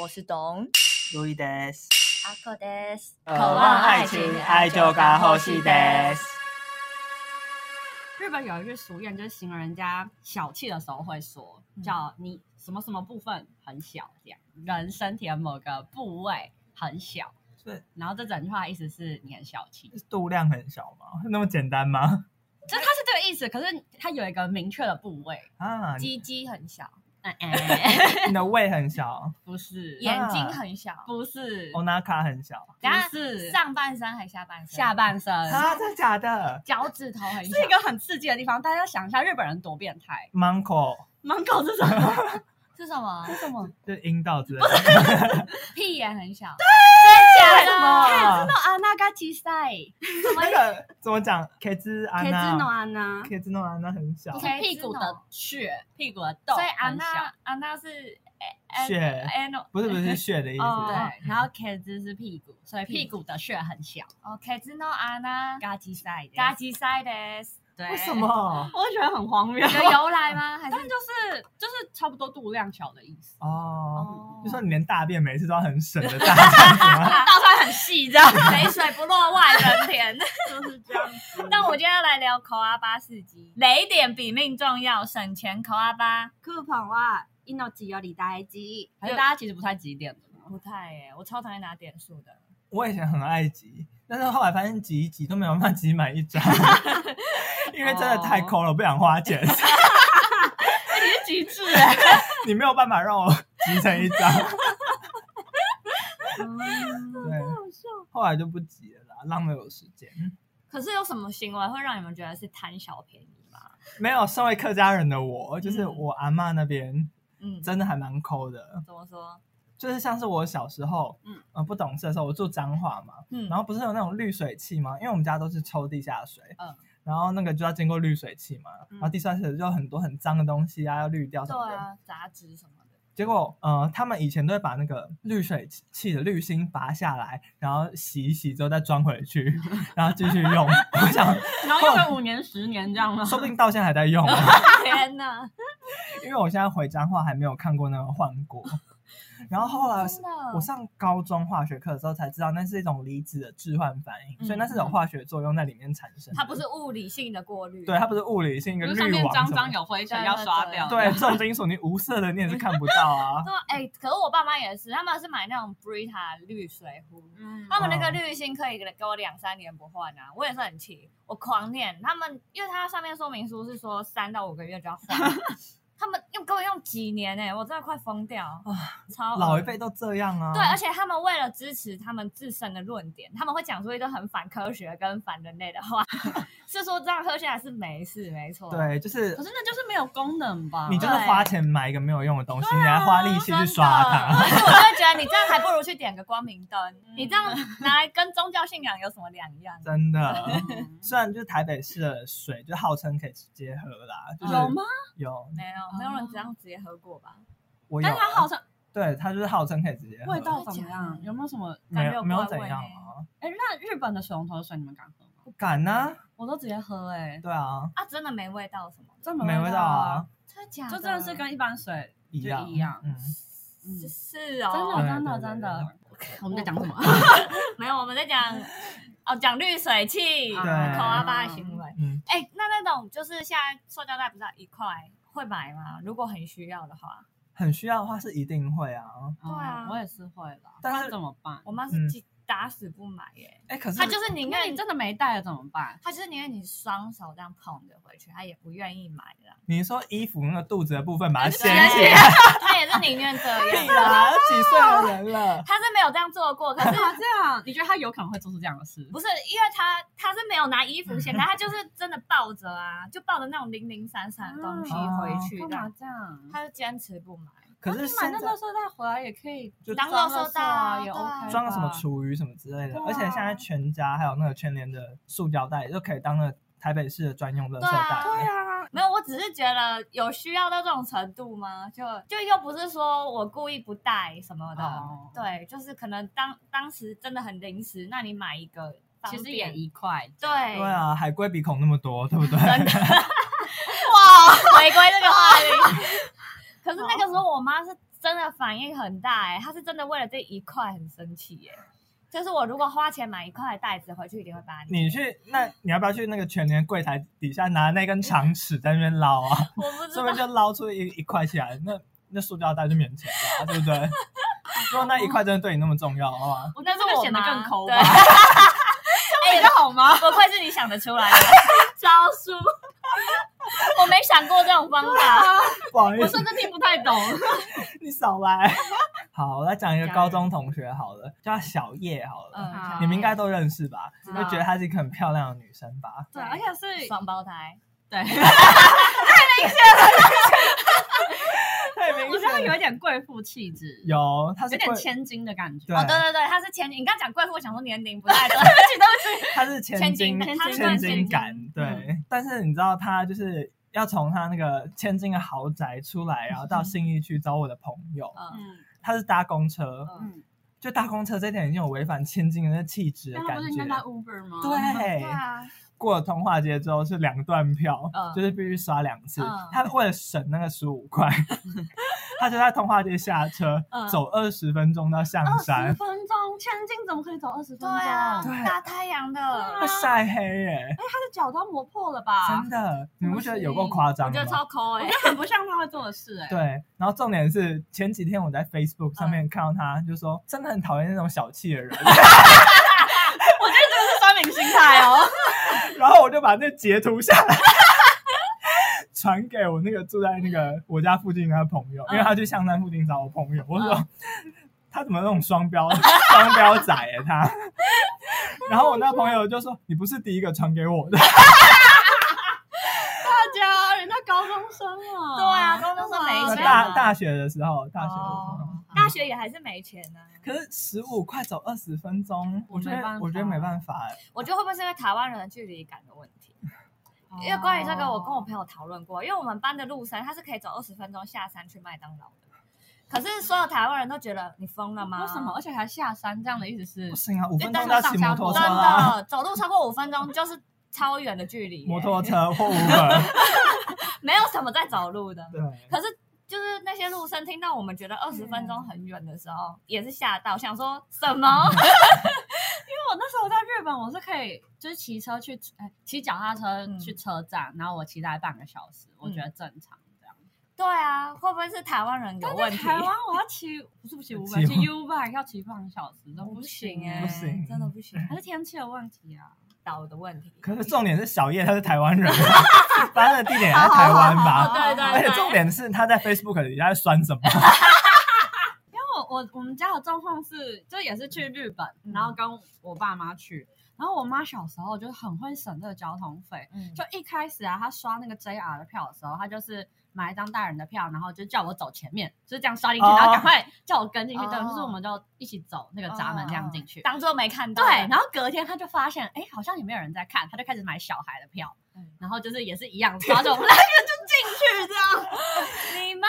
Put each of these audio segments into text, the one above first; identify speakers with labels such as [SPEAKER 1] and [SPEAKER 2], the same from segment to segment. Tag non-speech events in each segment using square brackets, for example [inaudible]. [SPEAKER 1] 我是董
[SPEAKER 2] 路易德斯，
[SPEAKER 1] 阿克德斯，
[SPEAKER 2] 渴望爱情，爱就该呼吸德斯。
[SPEAKER 3] 日本有一句俗谚，就是形容人家小气的时候会说，
[SPEAKER 1] 嗯
[SPEAKER 3] 叫你什么什么部分很小，这样人身体的某个部位很小。
[SPEAKER 2] 所以
[SPEAKER 3] 然后这整句话的意思是你很小气，
[SPEAKER 2] 度量很小嘛，那么简单吗？
[SPEAKER 3] 就是它是这个意思，可是它有一个明确的部位。
[SPEAKER 2] 啊，你
[SPEAKER 1] 鸡鸡很小，
[SPEAKER 3] 嗯哎
[SPEAKER 2] 你的胃很小，哦
[SPEAKER 3] 不是，
[SPEAKER 2] Yeah
[SPEAKER 1] [laughs] 眼睛很小，
[SPEAKER 3] 不是，
[SPEAKER 2] 欧娜卡很小，
[SPEAKER 1] 等下
[SPEAKER 3] 不是
[SPEAKER 1] 上半身还下半身？
[SPEAKER 3] 下半身，
[SPEAKER 2] 啊，真的假的
[SPEAKER 1] 脚趾头很小
[SPEAKER 3] 是一，个很刺激的地方。大家想一下，日本人多变态，
[SPEAKER 2] [laughs] ？Manco
[SPEAKER 3] 门口 [laughs] 是什么？
[SPEAKER 1] 是什么？
[SPEAKER 3] 什么？
[SPEAKER 2] 就阴道之类的，
[SPEAKER 1] 屁眼很小，
[SPEAKER 3] 假
[SPEAKER 2] 什
[SPEAKER 3] 的？
[SPEAKER 2] 么
[SPEAKER 3] 啊看，这种安娜嘎吉赛，
[SPEAKER 2] [laughs] 那个怎么讲？K 之安
[SPEAKER 3] 铁之啊诺
[SPEAKER 2] 娜
[SPEAKER 3] 安娜，
[SPEAKER 2] ，K 之诺安娜很小
[SPEAKER 1] 不，
[SPEAKER 3] 是屁股的血，屁股的洞，
[SPEAKER 1] 所以啊安
[SPEAKER 3] 很小
[SPEAKER 1] 娜安娜是哎
[SPEAKER 2] 血
[SPEAKER 1] 哎，no，
[SPEAKER 2] 不是不是是血 [laughs] 的意
[SPEAKER 3] 哦，
[SPEAKER 2] 思，
[SPEAKER 3] 对，然后 K 字是屁股，所以屁股的血很小，
[SPEAKER 1] 哦，Kazino 安娜
[SPEAKER 3] 嘎叽塞的，
[SPEAKER 1] 嘎吉塞的，
[SPEAKER 3] 对，
[SPEAKER 2] 为什？么？哦
[SPEAKER 3] 我觉得很荒谬，
[SPEAKER 1] 有由来吗？
[SPEAKER 3] [laughs]
[SPEAKER 1] 还
[SPEAKER 3] 但
[SPEAKER 1] 是
[SPEAKER 3] 就是就是差不多度量小的意思，
[SPEAKER 2] 哦，
[SPEAKER 1] 哦
[SPEAKER 2] 就说你连大便每次都要很省的大便是
[SPEAKER 3] 大
[SPEAKER 2] 吗
[SPEAKER 3] 蒜很细这样，
[SPEAKER 1] 肥水不落外人田。
[SPEAKER 3] 就是这样子
[SPEAKER 1] 那我今天要来聊口阿巴四级，雷点比命重要，省钱口阿巴。
[SPEAKER 3] coupon 哇，一诺吉有里达机，还是大家其实不太几点的吗？
[SPEAKER 1] 不太耶，我超讨厌拿点数的。
[SPEAKER 2] 我以前很爱集，但是后来发现集一集都没有办法集满一张，因为真的太抠了，我不想花钱， [laughs]
[SPEAKER 3] 是极致哎，
[SPEAKER 2] 你没有办法让我集成一张。对，后来就不集了啦，浪费我时间。
[SPEAKER 1] 可是有什么行为会让你们觉得是贪小便宜吗？
[SPEAKER 2] 没有，身为客家人的我，就是
[SPEAKER 1] 嗯
[SPEAKER 2] 我阿嬷那边
[SPEAKER 1] 嗯，
[SPEAKER 2] 真的还蛮抠的，
[SPEAKER 1] 怎么说？
[SPEAKER 2] 就是像是我小时候，
[SPEAKER 1] 嗯
[SPEAKER 2] 嗯、不懂事的时候，我住彰化嘛，
[SPEAKER 1] 嗯
[SPEAKER 2] 然后不是有那种滤水器吗？因为我们家都是抽地下水，
[SPEAKER 1] 嗯
[SPEAKER 2] 然后那个就要经过滤水器嘛，
[SPEAKER 1] 嗯
[SPEAKER 2] 然后地下水就有很多很脏的东西啊，要滤掉什
[SPEAKER 1] 对
[SPEAKER 2] 么的。
[SPEAKER 1] 啊，杂志什么的。
[SPEAKER 2] 结果，呃，他们以前都会把那个滤水器的滤芯拔下来，然后洗一洗之后再装回去， [laughs] 然后继续用。我想，
[SPEAKER 3] 然后用个五年十年这样吗？
[SPEAKER 2] 说不定到现在还在用啊， [laughs]
[SPEAKER 1] 天哪，
[SPEAKER 2] 因为我现在回彰化还没有看过那个换过。然后后来
[SPEAKER 1] 真的
[SPEAKER 2] 我上高中化学课的时候才知道，那是一种离子的置换反应，所以那是有化学作用在里面产生的。
[SPEAKER 1] 嗯它不是物理性的过滤。
[SPEAKER 2] 对，它不是物理性一个
[SPEAKER 3] 就是上
[SPEAKER 2] 滤
[SPEAKER 3] 面
[SPEAKER 2] 网
[SPEAKER 3] 脏
[SPEAKER 2] 什么
[SPEAKER 3] 脏
[SPEAKER 2] 的
[SPEAKER 3] 有灰尘要刷掉，
[SPEAKER 2] 对，重金属你无色的你也是看不到
[SPEAKER 3] [laughs]
[SPEAKER 2] 啊。
[SPEAKER 1] 对啊。哎、可是我爸妈也是，他们是买那种 Brita 滤水壶，
[SPEAKER 3] 嗯，
[SPEAKER 1] 他们那
[SPEAKER 2] 哦
[SPEAKER 1] 个滤芯可以给我两三年不换啊，我也是很气，我狂念他们，因为它上面说明书是说三到五个月就
[SPEAKER 2] [laughs]
[SPEAKER 1] 要换，他们用给我用几年呢、我真的快疯掉，
[SPEAKER 3] 啊
[SPEAKER 1] 超恶
[SPEAKER 2] 老一辈都这样啊。
[SPEAKER 1] 对，而且他们为了支持他们自身的论点，他们会讲出一个很反科学跟反人类的话， [laughs] 是说这样喝下来是没事，没错，，
[SPEAKER 2] 对，就是
[SPEAKER 3] 可是那就是没啊有功能吧？
[SPEAKER 2] 你哦就是
[SPEAKER 1] 对
[SPEAKER 2] 花钱买一个没有用的东西，你还花力气去刷它。
[SPEAKER 3] [laughs]
[SPEAKER 1] 而且我就会觉得你这样还不如去点个光明 [laughs] 灯，你这样拿来跟宗教信仰有什么两样？
[SPEAKER 2] 真的，
[SPEAKER 3] 嗯
[SPEAKER 2] 虽然就是台北市的水，就号称可以直接喝啦， [laughs] 就是
[SPEAKER 3] 有吗？
[SPEAKER 2] 有，
[SPEAKER 1] 没有，没有人这样直接喝过吧？
[SPEAKER 2] 我有啊
[SPEAKER 3] 但，它好像
[SPEAKER 2] 对，它就是号称可以直接喝，
[SPEAKER 3] 味道怎么样？有没有什么？
[SPEAKER 2] 没
[SPEAKER 1] 感觉有
[SPEAKER 2] 有没有
[SPEAKER 1] 怪
[SPEAKER 2] 怎
[SPEAKER 1] 味
[SPEAKER 2] 样
[SPEAKER 1] 欸
[SPEAKER 2] 啊？
[SPEAKER 3] 哎，那日本的水龙头的水你们敢喝吗？
[SPEAKER 2] 不敢呢？
[SPEAKER 3] 我都直接喝，哎，
[SPEAKER 2] 对啊，
[SPEAKER 1] 啊，真的没味道什么的，
[SPEAKER 3] 真
[SPEAKER 2] 没味道啊，，
[SPEAKER 1] 真的假
[SPEAKER 3] 就真的是跟一般水
[SPEAKER 2] 一样
[SPEAKER 3] 就一样
[SPEAKER 2] 嗯，
[SPEAKER 3] 嗯
[SPEAKER 1] 是是
[SPEAKER 3] 真
[SPEAKER 1] 哦，
[SPEAKER 3] 的真的
[SPEAKER 2] 对对对
[SPEAKER 3] 真的。我们在讲什 [laughs] 么？
[SPEAKER 1] 没有我们在 [laughs] 讲哦，讲滤水器，口
[SPEAKER 3] 对
[SPEAKER 1] 啊巴的行为。
[SPEAKER 2] 嗯，
[SPEAKER 1] 哎，那那种就是现在塑胶袋不是要一块，会买吗？如果很需要的话，
[SPEAKER 2] 很需要的话是一定会啊。
[SPEAKER 1] 对啊
[SPEAKER 3] 哦我也是会啦，
[SPEAKER 2] 但是
[SPEAKER 3] 不然怎么办？
[SPEAKER 1] 我妈是
[SPEAKER 2] 嗯
[SPEAKER 1] 几打死不买耶，
[SPEAKER 2] 哎，可是
[SPEAKER 1] 她就是宁
[SPEAKER 3] 那
[SPEAKER 1] 愿
[SPEAKER 3] 你真的没带了怎么办？
[SPEAKER 1] 她就是宁愿你双手这样捧着回去，她也不愿意买的。
[SPEAKER 2] 你说衣服那个肚子的部
[SPEAKER 1] 啊
[SPEAKER 2] 分把它掀
[SPEAKER 3] 掀
[SPEAKER 2] 起
[SPEAKER 3] 起
[SPEAKER 1] [laughs]
[SPEAKER 2] 来，
[SPEAKER 1] 她也是宁愿这样
[SPEAKER 3] [laughs]
[SPEAKER 2] 屁。啦，几岁的人
[SPEAKER 1] [laughs]
[SPEAKER 2] 了？
[SPEAKER 1] 她是没有这样做过，可是
[SPEAKER 3] 啊，这样你觉得他有可能会做出这样的事？
[SPEAKER 1] 不是，因为他他是没有拿衣服先拿，他就是真的抱着啊，就抱着那种零零散散的东西回去
[SPEAKER 3] 哦干
[SPEAKER 1] 的，
[SPEAKER 3] 嘛这样？
[SPEAKER 1] 他就坚持不买。
[SPEAKER 2] 可是
[SPEAKER 3] 你买
[SPEAKER 2] 现
[SPEAKER 3] 哦那
[SPEAKER 2] 在
[SPEAKER 3] 垃圾袋回来也可以
[SPEAKER 2] 就
[SPEAKER 1] 当
[SPEAKER 3] 装
[SPEAKER 1] 垃圾
[SPEAKER 3] 垃
[SPEAKER 1] 袋
[SPEAKER 3] 圾
[SPEAKER 1] 啊
[SPEAKER 3] 啊，也
[SPEAKER 1] 对啊
[SPEAKER 3] OK。
[SPEAKER 2] 装了什么？厨余什么之类的
[SPEAKER 3] 对，啊
[SPEAKER 2] 而且现在全家还有那个全联的塑胶袋就可以当了台北市的专用垃圾袋。
[SPEAKER 1] 对
[SPEAKER 2] 啊，
[SPEAKER 1] 没有，我只是觉得有需要到这种程度吗？就就又不是说我故意不带什么的，
[SPEAKER 3] 哦
[SPEAKER 1] 对，就是可能当当时真的很临时，那你买一个方
[SPEAKER 3] 其
[SPEAKER 1] 便，
[SPEAKER 3] 实也一块。 [laughs]
[SPEAKER 1] 对，
[SPEAKER 2] 对啊，海龟鼻孔那么多，对不对？
[SPEAKER 1] 真的， [laughs] 哇，回归这个话题。可是那个时候我妈是真的反应很大哎、他是真的为了这一块很生气耶、就是我如果花钱买一块袋子回去，一定会把你。
[SPEAKER 2] 你去那你要不要去那个全年柜台底下拿那根长尺在那边捞啊？
[SPEAKER 1] [laughs] 我不知
[SPEAKER 2] 说
[SPEAKER 1] 道
[SPEAKER 2] 不定就捞出一一块起来，那那塑胶袋就免钱了啊、对不对？如果那一块真的对你那么重要的话，
[SPEAKER 3] 我
[SPEAKER 1] 那
[SPEAKER 3] 觉得
[SPEAKER 1] 是
[SPEAKER 3] 这
[SPEAKER 1] 我
[SPEAKER 3] 个显得
[SPEAKER 1] 妈
[SPEAKER 3] 更抠吧
[SPEAKER 1] 对？ [laughs]
[SPEAKER 3] 这样比较好吗？
[SPEAKER 1] 不哎愧是你想得出来的 [laughs] 招数， [laughs] 我没想过这种方法。
[SPEAKER 2] 不好意
[SPEAKER 3] 我
[SPEAKER 2] 思，
[SPEAKER 3] 甚至听不太 [laughs] 懂。
[SPEAKER 2] 你少来。 [laughs] 好，我来讲一个
[SPEAKER 1] 讲
[SPEAKER 2] 高中同学好了，叫她小叶好
[SPEAKER 1] 嗯
[SPEAKER 2] 了，
[SPEAKER 3] 好
[SPEAKER 2] 你们应该都认识吧？
[SPEAKER 3] 嗯知
[SPEAKER 2] 就
[SPEAKER 3] 道
[SPEAKER 2] 觉得她是一个很漂亮的女生吧？ [laughs]
[SPEAKER 3] 对，而且是
[SPEAKER 1] 双胞胎，
[SPEAKER 3] [laughs] 对，
[SPEAKER 2] 太明
[SPEAKER 3] 我觉得她
[SPEAKER 2] 显
[SPEAKER 3] 有
[SPEAKER 2] 了
[SPEAKER 3] 一点贵妇气质，
[SPEAKER 2] 有，她是
[SPEAKER 3] 有点
[SPEAKER 2] 贵
[SPEAKER 3] 千金的感觉。
[SPEAKER 2] 对
[SPEAKER 1] 哦，对对对，她是千金。你刚讲贵妇，我想说年龄不太对，
[SPEAKER 2] 他是千金
[SPEAKER 1] 千金
[SPEAKER 3] 他是
[SPEAKER 2] 千
[SPEAKER 3] 千嗯
[SPEAKER 2] 金
[SPEAKER 1] 金
[SPEAKER 2] 感，对。但是你知道他就是要从他那个千金的豪宅出来，然后到信义区找我的朋友，
[SPEAKER 1] 嗯
[SPEAKER 3] 嗯
[SPEAKER 2] 他是搭公车，
[SPEAKER 1] 嗯，
[SPEAKER 2] 就搭公车这点已经有违反千金的那气质的
[SPEAKER 3] 那她
[SPEAKER 2] 感
[SPEAKER 3] 不是应
[SPEAKER 2] 觉
[SPEAKER 3] 该。在 Uber 吗？
[SPEAKER 2] 对
[SPEAKER 1] 对，啊，
[SPEAKER 2] 过了通化街之后是两段票，
[SPEAKER 1] 嗯
[SPEAKER 2] 就是必须刷两次
[SPEAKER 1] 嗯。
[SPEAKER 2] 他为了省那个十五块， [laughs] 他就在通化街下车，
[SPEAKER 1] 嗯哦
[SPEAKER 2] 走二十分钟到象
[SPEAKER 3] 二十
[SPEAKER 2] 山，
[SPEAKER 3] 分钟，千金怎么可以走二十分
[SPEAKER 1] 对
[SPEAKER 3] 钟？
[SPEAKER 1] 啊，
[SPEAKER 2] 对
[SPEAKER 1] 大太阳
[SPEAKER 2] 会
[SPEAKER 1] 的，
[SPEAKER 2] 晒黑耶，
[SPEAKER 3] 她的脚都要磨破了吧
[SPEAKER 2] 真？的，你们不觉得有够
[SPEAKER 3] 不行
[SPEAKER 2] 夸
[SPEAKER 1] 我
[SPEAKER 2] 张
[SPEAKER 1] 觉
[SPEAKER 2] 的
[SPEAKER 1] 得
[SPEAKER 2] 吗？
[SPEAKER 1] 超抠
[SPEAKER 3] 我
[SPEAKER 1] 哎
[SPEAKER 3] 觉。得很不像她会做的
[SPEAKER 2] [laughs]
[SPEAKER 3] 事哎。
[SPEAKER 2] 对，然后重点是前几天我在 Facebook 上
[SPEAKER 1] 嗯
[SPEAKER 2] 面看到他，就说真的很讨厌那种小气的人，
[SPEAKER 3] 我觉得这个是酸民心态哦。
[SPEAKER 2] 然后我就把那截图下来，传给我那个住在那个我家附近的朋友，因为
[SPEAKER 3] 嗯
[SPEAKER 2] 他去象山附近找我朋友，我说、他怎么那种双标双标仔耶、他，然后我那朋友就说你不是第一个传给我的，
[SPEAKER 3] 哦
[SPEAKER 2] [laughs]
[SPEAKER 3] 大家，人家高中生啊，
[SPEAKER 1] 对啊高中生没
[SPEAKER 3] 对啊
[SPEAKER 1] 钱
[SPEAKER 3] 对
[SPEAKER 2] 大
[SPEAKER 3] 啊
[SPEAKER 2] 哦大学的时候，大学的时候。
[SPEAKER 3] 哦
[SPEAKER 1] 大学也还是没钱啊呢、
[SPEAKER 2] 可是十五块走二十分钟，
[SPEAKER 3] 我
[SPEAKER 2] 我觉
[SPEAKER 3] 没
[SPEAKER 2] 得
[SPEAKER 3] 办
[SPEAKER 2] 我觉得没
[SPEAKER 3] 法
[SPEAKER 2] 办法欸耶、
[SPEAKER 1] 我觉得会不会是因为台湾人的距离感的问题？
[SPEAKER 3] 哦
[SPEAKER 1] 因为关于这个，我跟我朋友讨论过，因为我们班的路山它是可以走二十分钟下山去麦当劳的，可是所有台湾人都觉得你疯了吗？
[SPEAKER 3] 为什么？？而且还下山，这样的意思是
[SPEAKER 2] 不？行啊，五分钟
[SPEAKER 3] 但是
[SPEAKER 2] 就要
[SPEAKER 3] 上
[SPEAKER 2] 骑
[SPEAKER 3] 下
[SPEAKER 2] 摩托
[SPEAKER 3] 我
[SPEAKER 2] 车啊
[SPEAKER 1] 真
[SPEAKER 3] 坡
[SPEAKER 2] 啦、
[SPEAKER 1] 的，走路超过五分钟就是超远的距离耶、
[SPEAKER 2] 摩托
[SPEAKER 3] [laughs]
[SPEAKER 2] 车或 Uber，
[SPEAKER 1] 没有什么在走路的。
[SPEAKER 2] 对，
[SPEAKER 1] 可是就是那些路生听到我们觉得二十分钟很远的时候，也是吓到，想说
[SPEAKER 3] [laughs]
[SPEAKER 1] 什么？
[SPEAKER 3] 因为我那时候在日本，我是可以就是骑车去，哎，骑脚踏车
[SPEAKER 1] 嗯
[SPEAKER 3] 去车站，然后我骑大概半个小时，我觉得正常。这样。
[SPEAKER 1] 对啊，会不会是台湾人有问
[SPEAKER 3] 但在
[SPEAKER 1] 题？
[SPEAKER 3] 台湾，我要骑不是不 [laughs] 骑五百，
[SPEAKER 2] 骑
[SPEAKER 3] 骑 U b i 要骑半个小时都
[SPEAKER 1] 不行
[SPEAKER 3] 哎
[SPEAKER 1] 哎、
[SPEAKER 2] 不行
[SPEAKER 1] 真的不行，
[SPEAKER 3] 还是天气的问题啊。
[SPEAKER 1] 岛的问题。嗯
[SPEAKER 2] 可是重点是小叶他是台湾人，
[SPEAKER 3] [laughs]
[SPEAKER 2] 发生的地点也在台湾
[SPEAKER 1] 哦，
[SPEAKER 2] 吧？
[SPEAKER 1] 对
[SPEAKER 2] 而
[SPEAKER 1] 对
[SPEAKER 2] 且
[SPEAKER 1] 对，
[SPEAKER 2] 哎重点是他在 Facebook 底下在酸什么？
[SPEAKER 3] 我我我们家的状况是，就也是去日本，
[SPEAKER 1] 嗯
[SPEAKER 3] 然后跟我爸妈去，然后我妈小时候就是很会省这个交通费，
[SPEAKER 1] 嗯
[SPEAKER 3] 就一开始啊，她刷那个 JR 的票的时候，她就是买一张大人的票，然后就叫我走前面，就是这样刷进去，
[SPEAKER 2] 哦
[SPEAKER 3] 然后赶快叫我跟进去，
[SPEAKER 1] 哦
[SPEAKER 3] 等于就是我们就一起走那个闸门这样进去。
[SPEAKER 1] 当做没看到。
[SPEAKER 3] 对，然后隔天她就发现，哎，好像也没有人在看，她就开始买小孩的票，
[SPEAKER 1] 嗯
[SPEAKER 3] 然后就是也是一样刷着我们两个就进去这样。
[SPEAKER 1] [laughs] 你妈，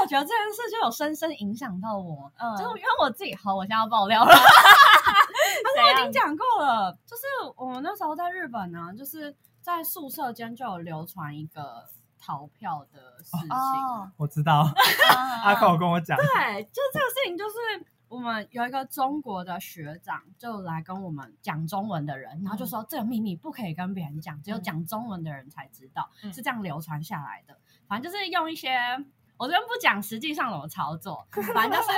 [SPEAKER 3] 我觉得这件事就有深深影响到我，
[SPEAKER 1] 嗯
[SPEAKER 3] 就是因为我自己好，我现在要爆料了。
[SPEAKER 1] 怎
[SPEAKER 3] 我已
[SPEAKER 1] 样
[SPEAKER 3] 经讲过了，就是我们那时候在日本呢、就是在宿舍间就有流传一个逃票的事情。 [laughs]
[SPEAKER 1] 哦，嗯
[SPEAKER 2] 我知道，阿
[SPEAKER 1] 口
[SPEAKER 2] 口跟我讲，
[SPEAKER 3] 对，就这个事情，就是我们有一个中国的学长就来跟我们讲中文的人，然后就说这个秘密不可以跟别人讲，只有讲中文的人才知道，
[SPEAKER 1] 嗯
[SPEAKER 3] 是这样流传下来的。反正就是用一些。我这边不讲实际上怎么操 [laughs] 作，反正就是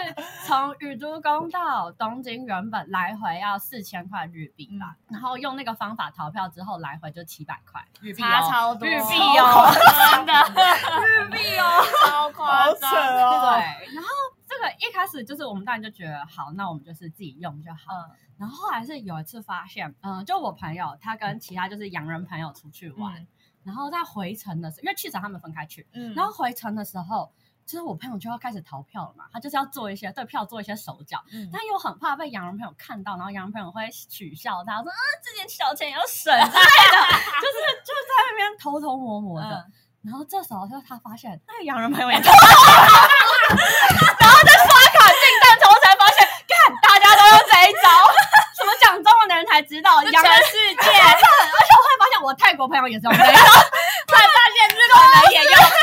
[SPEAKER 3] 从宇都宫到东京，原本来回要四千块日币吧，然后用那个方法逃票之后，来回就七百块嗯日币、哦，
[SPEAKER 1] 差超多，
[SPEAKER 3] 日币哦，
[SPEAKER 1] 哦，真的
[SPEAKER 3] 日币哦，
[SPEAKER 1] 超夸
[SPEAKER 2] 好扯
[SPEAKER 1] 张。
[SPEAKER 2] 哦。
[SPEAKER 3] 对，然后这个一开始就是我们当然就觉得好，那我们就是自己用就好。
[SPEAKER 1] 嗯
[SPEAKER 3] 然后后来是有一次发现，嗯、就我朋友他跟其他就是洋人朋友出去玩，
[SPEAKER 1] 嗯
[SPEAKER 3] 然后在回程的时候，因为去程他们分开去，
[SPEAKER 1] 嗯，
[SPEAKER 3] 然后回程的时候，就是我朋友就要开始逃票了嘛，他就是要做一些对票做一些手脚，
[SPEAKER 1] 嗯
[SPEAKER 3] 但又很怕被洋人朋友看到，然后洋人朋友会取笑他说啊，这点小钱也要省之类的， [laughs] 就是就是在那边偷偷摸摸的。
[SPEAKER 1] 嗯
[SPEAKER 3] 然后这时候就他发现那个洋人朋友也然后在刷卡进站之后才发现，看大家都用这一招， [laughs] 什么讲中文的人才知道，
[SPEAKER 1] 这
[SPEAKER 3] 洋人
[SPEAKER 1] 全
[SPEAKER 3] 世界。而且我后来发现，我泰国朋友也是用这一招，
[SPEAKER 1] 突然发现日本人也用，
[SPEAKER 3] 啊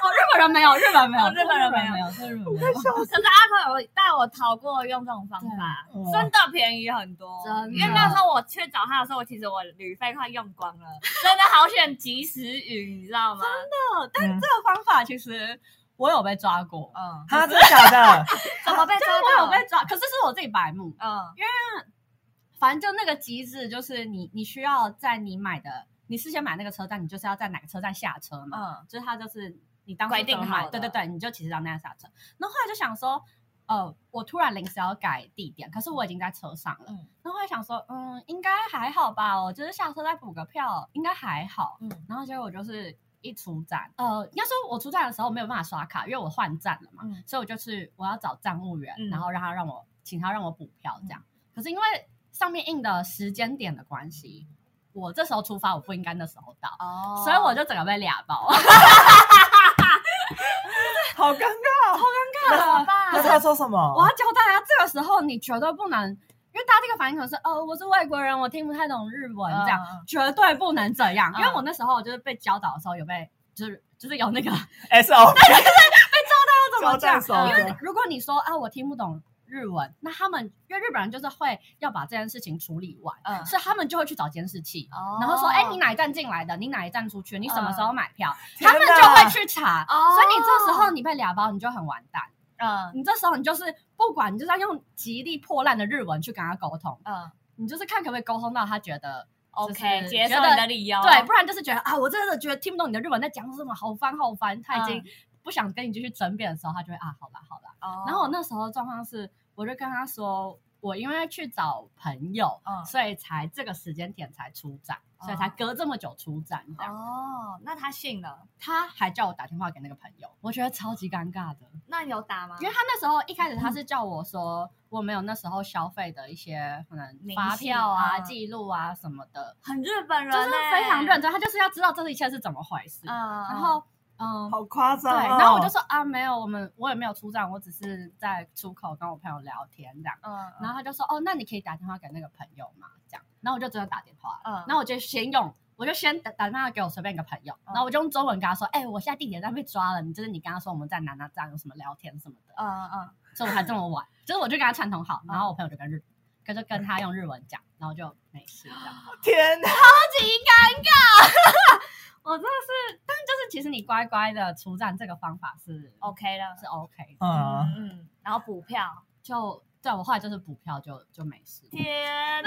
[SPEAKER 3] [laughs] 哦，日本人没有，日本没有，
[SPEAKER 1] 哦日本人没有可是阿头有带我逃过用这种方法，
[SPEAKER 2] 对
[SPEAKER 1] 真的便宜很多。
[SPEAKER 3] 真的
[SPEAKER 1] 因为那时候我去找他的时候，其实我旅费快用光了，真的好险及时雨，你知道吗？
[SPEAKER 3] 哦但这个方法其实我有被抓过，
[SPEAKER 1] 嗯，
[SPEAKER 2] 哈，真的假的？
[SPEAKER 1] 怎么被
[SPEAKER 3] 就
[SPEAKER 1] 抓
[SPEAKER 3] 是啊我
[SPEAKER 1] 到？
[SPEAKER 3] 有被抓，可是是我自己白目。啊
[SPEAKER 1] 嗯
[SPEAKER 3] 反正就那个机制就是你你需要在你买的，你事先买那个车站，你就是要在哪个车站下车嘛，
[SPEAKER 1] 嗯
[SPEAKER 3] 就是它就是你当初
[SPEAKER 1] 规定
[SPEAKER 3] 怎么买
[SPEAKER 1] 好的
[SPEAKER 3] 对对对，你就其实要那样下车。然后后来就想说，呃，我突然临时要改地点，可是我已经在车上了。
[SPEAKER 1] 嗯
[SPEAKER 3] 然后后来想说，嗯，应该还好吧，我就是下车再补个票，应该还好。
[SPEAKER 1] 嗯
[SPEAKER 3] 然后结果我就是一出站，呃，应该说我出站的时候没有办法刷卡，因为我换站了嘛，
[SPEAKER 1] 嗯
[SPEAKER 3] 所以我就是我要找站务员，
[SPEAKER 1] 嗯
[SPEAKER 3] 然后让他让我请他让我补票这样。可是因为上面印的时间点的关系，我这时候出发，我不应该那时候到，
[SPEAKER 1] 哦
[SPEAKER 3] 所以我就整个被俩 [laughs] 包。
[SPEAKER 2] 好尴尬。
[SPEAKER 1] 怎么办？
[SPEAKER 2] 那他说什么？
[SPEAKER 3] 我要教大家，这个时候你绝对不能，因为大家这个反应可能是哦，我是外国人，我听不太懂日文，这样、
[SPEAKER 1] 嗯嗯
[SPEAKER 3] 绝对不能这样。
[SPEAKER 1] 嗯
[SPEAKER 3] 因为我那时候就是被教导的时候有被，就是就是有那个要
[SPEAKER 2] S O P
[SPEAKER 3] 怎么讲
[SPEAKER 2] 交代手，的
[SPEAKER 3] 因为如果你说啊我听不懂日文，那他们因为日本人就是会要把这件事情处理完，
[SPEAKER 1] 嗯
[SPEAKER 3] 所以他们就会去找监视器。
[SPEAKER 1] 哦
[SPEAKER 3] 然后说，哎、你哪一站进来的？你哪一站出去？你什么时候买票？
[SPEAKER 2] 嗯天
[SPEAKER 3] 他
[SPEAKER 2] 哪
[SPEAKER 3] 们就会去查。
[SPEAKER 1] 哦
[SPEAKER 3] 所以你这时候你被俩包，你就很完蛋。
[SPEAKER 1] 嗯
[SPEAKER 3] 你这时候你就是不管，你就是要用极力破烂的日文去跟他沟通，
[SPEAKER 1] 嗯
[SPEAKER 3] 你就是看可不可以沟通到他觉得
[SPEAKER 1] ，OK，
[SPEAKER 3] 就是
[SPEAKER 1] 接受
[SPEAKER 3] 觉得
[SPEAKER 1] 你的理
[SPEAKER 2] 哦
[SPEAKER 1] 由，
[SPEAKER 3] 对，不然就是觉得啊，我真的觉得听不懂你的日文在讲什么，好烦好烦，他已
[SPEAKER 2] 嗯
[SPEAKER 3] 经不想跟你继续争辩的时候，他就会啊，好吧好吧。
[SPEAKER 1] 哦
[SPEAKER 3] 然后我那时候的状况是，我就跟他说，我因为去找朋友，
[SPEAKER 1] 嗯
[SPEAKER 3] 所以才这个时间点才出站，所以才隔这么久出站这样。
[SPEAKER 1] 哦，那他信了，
[SPEAKER 3] 他还叫我打电话给那个朋友，我觉得超级尴尬的。
[SPEAKER 1] 那你有打吗？
[SPEAKER 3] 因为他那时候一开始他是叫我说我没有那时候消费的一些可能
[SPEAKER 1] 明细
[SPEAKER 3] 发票啊、
[SPEAKER 1] 嗯
[SPEAKER 3] 记录啊什么的，
[SPEAKER 1] 很日本人
[SPEAKER 3] 就
[SPEAKER 1] 欸，
[SPEAKER 3] 是非常认真，他就是要知道这一切是怎么回事。
[SPEAKER 1] 嗯，
[SPEAKER 3] 然后嗯，
[SPEAKER 2] 好夸
[SPEAKER 3] 对，
[SPEAKER 2] 张哦。
[SPEAKER 3] 然后我就说啊，没有，我们我也没有出站，我只是在出口跟我朋友聊天这样。
[SPEAKER 1] 嗯
[SPEAKER 3] 然后他就说哦，那你可以打电话给那个朋友嘛，这样。然后我就真的打电话了，
[SPEAKER 1] 嗯
[SPEAKER 3] 然后我就先用。我就先打打电话给我随便一个朋友，
[SPEAKER 1] 嗯
[SPEAKER 3] 然后我就用中文跟他说：“哎、我现在地铁站被抓了，你就是你刚刚说我们在哪哪站有什么聊天什么的。”
[SPEAKER 1] 嗯嗯
[SPEAKER 3] 所以我才这么晚，就是我就跟他串通好，
[SPEAKER 1] 嗯
[SPEAKER 3] 然后我朋友就跟日，跟就跟他用日文讲，然后就没事这样。
[SPEAKER 1] 嗯
[SPEAKER 2] 天哪，
[SPEAKER 3] 我真的是，但就是其实你乖乖的出站这个方法是
[SPEAKER 1] ，OK 了，
[SPEAKER 3] 是 OK 的，
[SPEAKER 2] 嗯，
[SPEAKER 1] 嗯，然后补票，
[SPEAKER 3] 就对我后来就是补票就就没事。
[SPEAKER 1] 天
[SPEAKER 2] [laughs]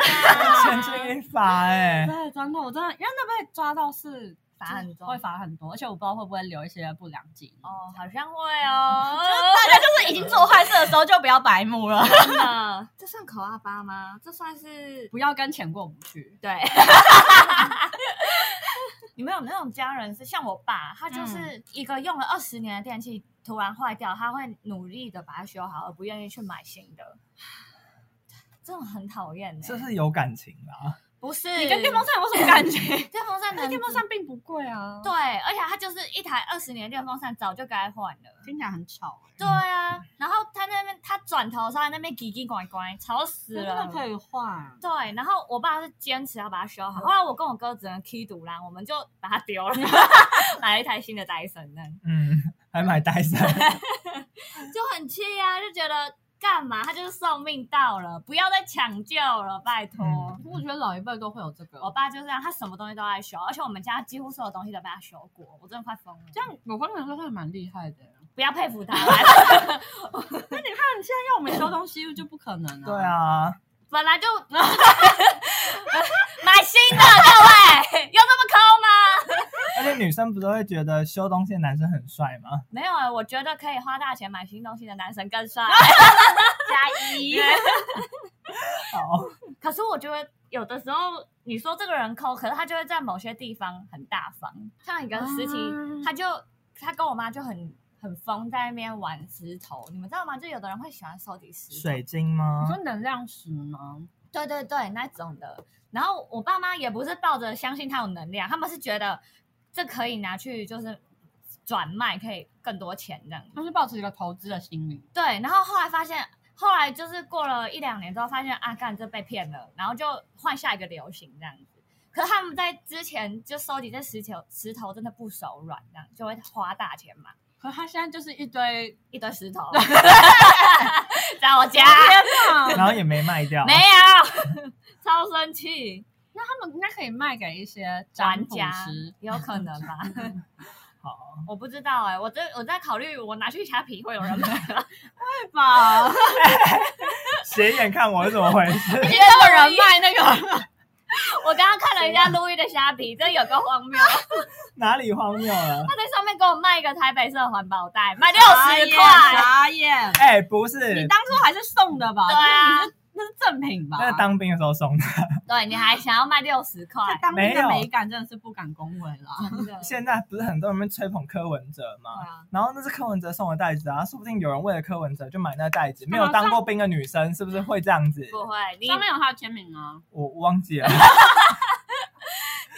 [SPEAKER 2] 千
[SPEAKER 1] 哪，
[SPEAKER 2] 钧一发哎。
[SPEAKER 3] 对，真的，我真的，因为那被抓到是
[SPEAKER 1] 罚很重
[SPEAKER 3] 会罚很多，而且我不知道会不会留一些不良记忆。
[SPEAKER 1] 哦，好像会哦，
[SPEAKER 3] 就是已经做坏事的时候就不要白目了，
[SPEAKER 1] 真的，这算口阿巴吗？这算是
[SPEAKER 3] [laughs] [laughs] 不要跟钱过不去。
[SPEAKER 1] 对。 [laughs] 你们有那种家人是像我爸，他
[SPEAKER 3] 嗯
[SPEAKER 1] 就是一个用了二十年的电器突然坏掉，他会努力的把它修好，而不愿意去买新的。这种很讨厌的、
[SPEAKER 2] 这是有感情的啊，
[SPEAKER 1] 不是
[SPEAKER 3] 你跟电风扇有什么感 [laughs] 觉？
[SPEAKER 1] 电风扇能
[SPEAKER 3] 电风扇并不贵啊，
[SPEAKER 1] 对，，而且它就是一台二十年电风扇，早就该换了。
[SPEAKER 3] 听起来很吵。欸
[SPEAKER 1] 对啊，然后他那边他转头上那边叽叽拐拐，吵死
[SPEAKER 3] 真
[SPEAKER 1] 了
[SPEAKER 3] 的。可以换。
[SPEAKER 1] 对，然后我爸是坚持要把它修好，后来我跟我哥只能踢赌啦，我们就把它
[SPEAKER 3] [laughs]
[SPEAKER 1] 丢了，买了一台新的戴森呢，
[SPEAKER 2] 嗯，还买戴森，
[SPEAKER 1] 就很气啊，就觉得干嘛？他就是寿命到了，不要再抢救了，拜托。
[SPEAKER 2] 嗯
[SPEAKER 3] 我觉得老一辈都会有这个
[SPEAKER 1] 我爸就这样，他什么东西都爱修，而且我们家几乎所有东西都被他修过，我真的快疯了。
[SPEAKER 3] 这样我方面说他还蛮厉害的。
[SPEAKER 1] 不要佩服他 [laughs] 啦，
[SPEAKER 3] 那你看，你现在要我们修东西就不可能啊。
[SPEAKER 2] 对，啊，
[SPEAKER 1] 本来就 [laughs] 买新的，各位有这么抠吗？
[SPEAKER 2] 而且女生不都会觉得修东西的男生很帅吗？
[SPEAKER 1] 没有啊、我觉得可以花大钱买新东西的男生更帅。
[SPEAKER 3] [laughs] 加一
[SPEAKER 2] 好，
[SPEAKER 1] [laughs] 可是我觉得有的时候你说这个人抠，可是他就会在某些地方很大方。像一个时期，
[SPEAKER 3] 啊
[SPEAKER 1] 他就他跟我妈就很很疯，在那边玩石头，你们知道吗？就有的人会喜欢收集石头，
[SPEAKER 2] 水晶吗
[SPEAKER 3] 你？说能量石吗？
[SPEAKER 1] 对对对，那种的。然后我爸妈也不是抱着相信他有能量，他们是觉得这可以拿去就是转卖，可以更多钱这样子。
[SPEAKER 3] 他是抱持一个投资的心理，
[SPEAKER 1] 对，然后后来发现，后来就是过了一两年之后，发现啊，干这被骗了，然后就换下一个流行这样子。可是他们在之前就收集这石头，石头真的不手软，这样就会花大钱买。
[SPEAKER 3] 可是它现在就是一堆
[SPEAKER 1] 一堆石头，在我家
[SPEAKER 3] [laughs] 天
[SPEAKER 2] 然
[SPEAKER 3] 哪！
[SPEAKER 2] 后也没卖掉，哦
[SPEAKER 1] 没有， [laughs] 超生气，
[SPEAKER 3] 那他们应该可以卖给一些占
[SPEAKER 1] 玩
[SPEAKER 3] 卜
[SPEAKER 1] 家
[SPEAKER 3] 师，
[SPEAKER 1] 有可能吧？
[SPEAKER 2] 好，
[SPEAKER 1] 我不知道哎、我在我在考虑，我拿去虾皮会有人买吗？
[SPEAKER 3] 对吧？ [laughs]
[SPEAKER 2] 斜眼看我是怎么回事？ [laughs]
[SPEAKER 3] 也有人卖那个，
[SPEAKER 1] [laughs] 我刚刚看了一下路易的虾皮，真有个荒谬，他
[SPEAKER 2] 哪里荒谬了？
[SPEAKER 1] 在上面给我卖一个台北色环保袋，卖六十块，
[SPEAKER 3] 傻眼！
[SPEAKER 2] 哎、不是
[SPEAKER 3] 你，当初还是送的吧？
[SPEAKER 1] 对啊
[SPEAKER 3] 就是你是，那是赠品吧？
[SPEAKER 2] 那是当兵的时候送的。
[SPEAKER 1] 对，你还想要卖六十
[SPEAKER 3] 在
[SPEAKER 1] 块？
[SPEAKER 3] 当兵
[SPEAKER 2] 没
[SPEAKER 3] 的
[SPEAKER 2] 有
[SPEAKER 3] 美感真的是不敢恭维啦。
[SPEAKER 1] 真的
[SPEAKER 2] 现在不是很多人在吹捧柯文哲吗？
[SPEAKER 1] 对啊
[SPEAKER 2] 然后那是柯文哲送的袋子啊，说不定有人为了柯文哲就买那袋子。没有当过兵的女生是不是会这样子？
[SPEAKER 1] [laughs] 不会，你
[SPEAKER 3] 上面有他的签名啊，
[SPEAKER 2] 我忘记了，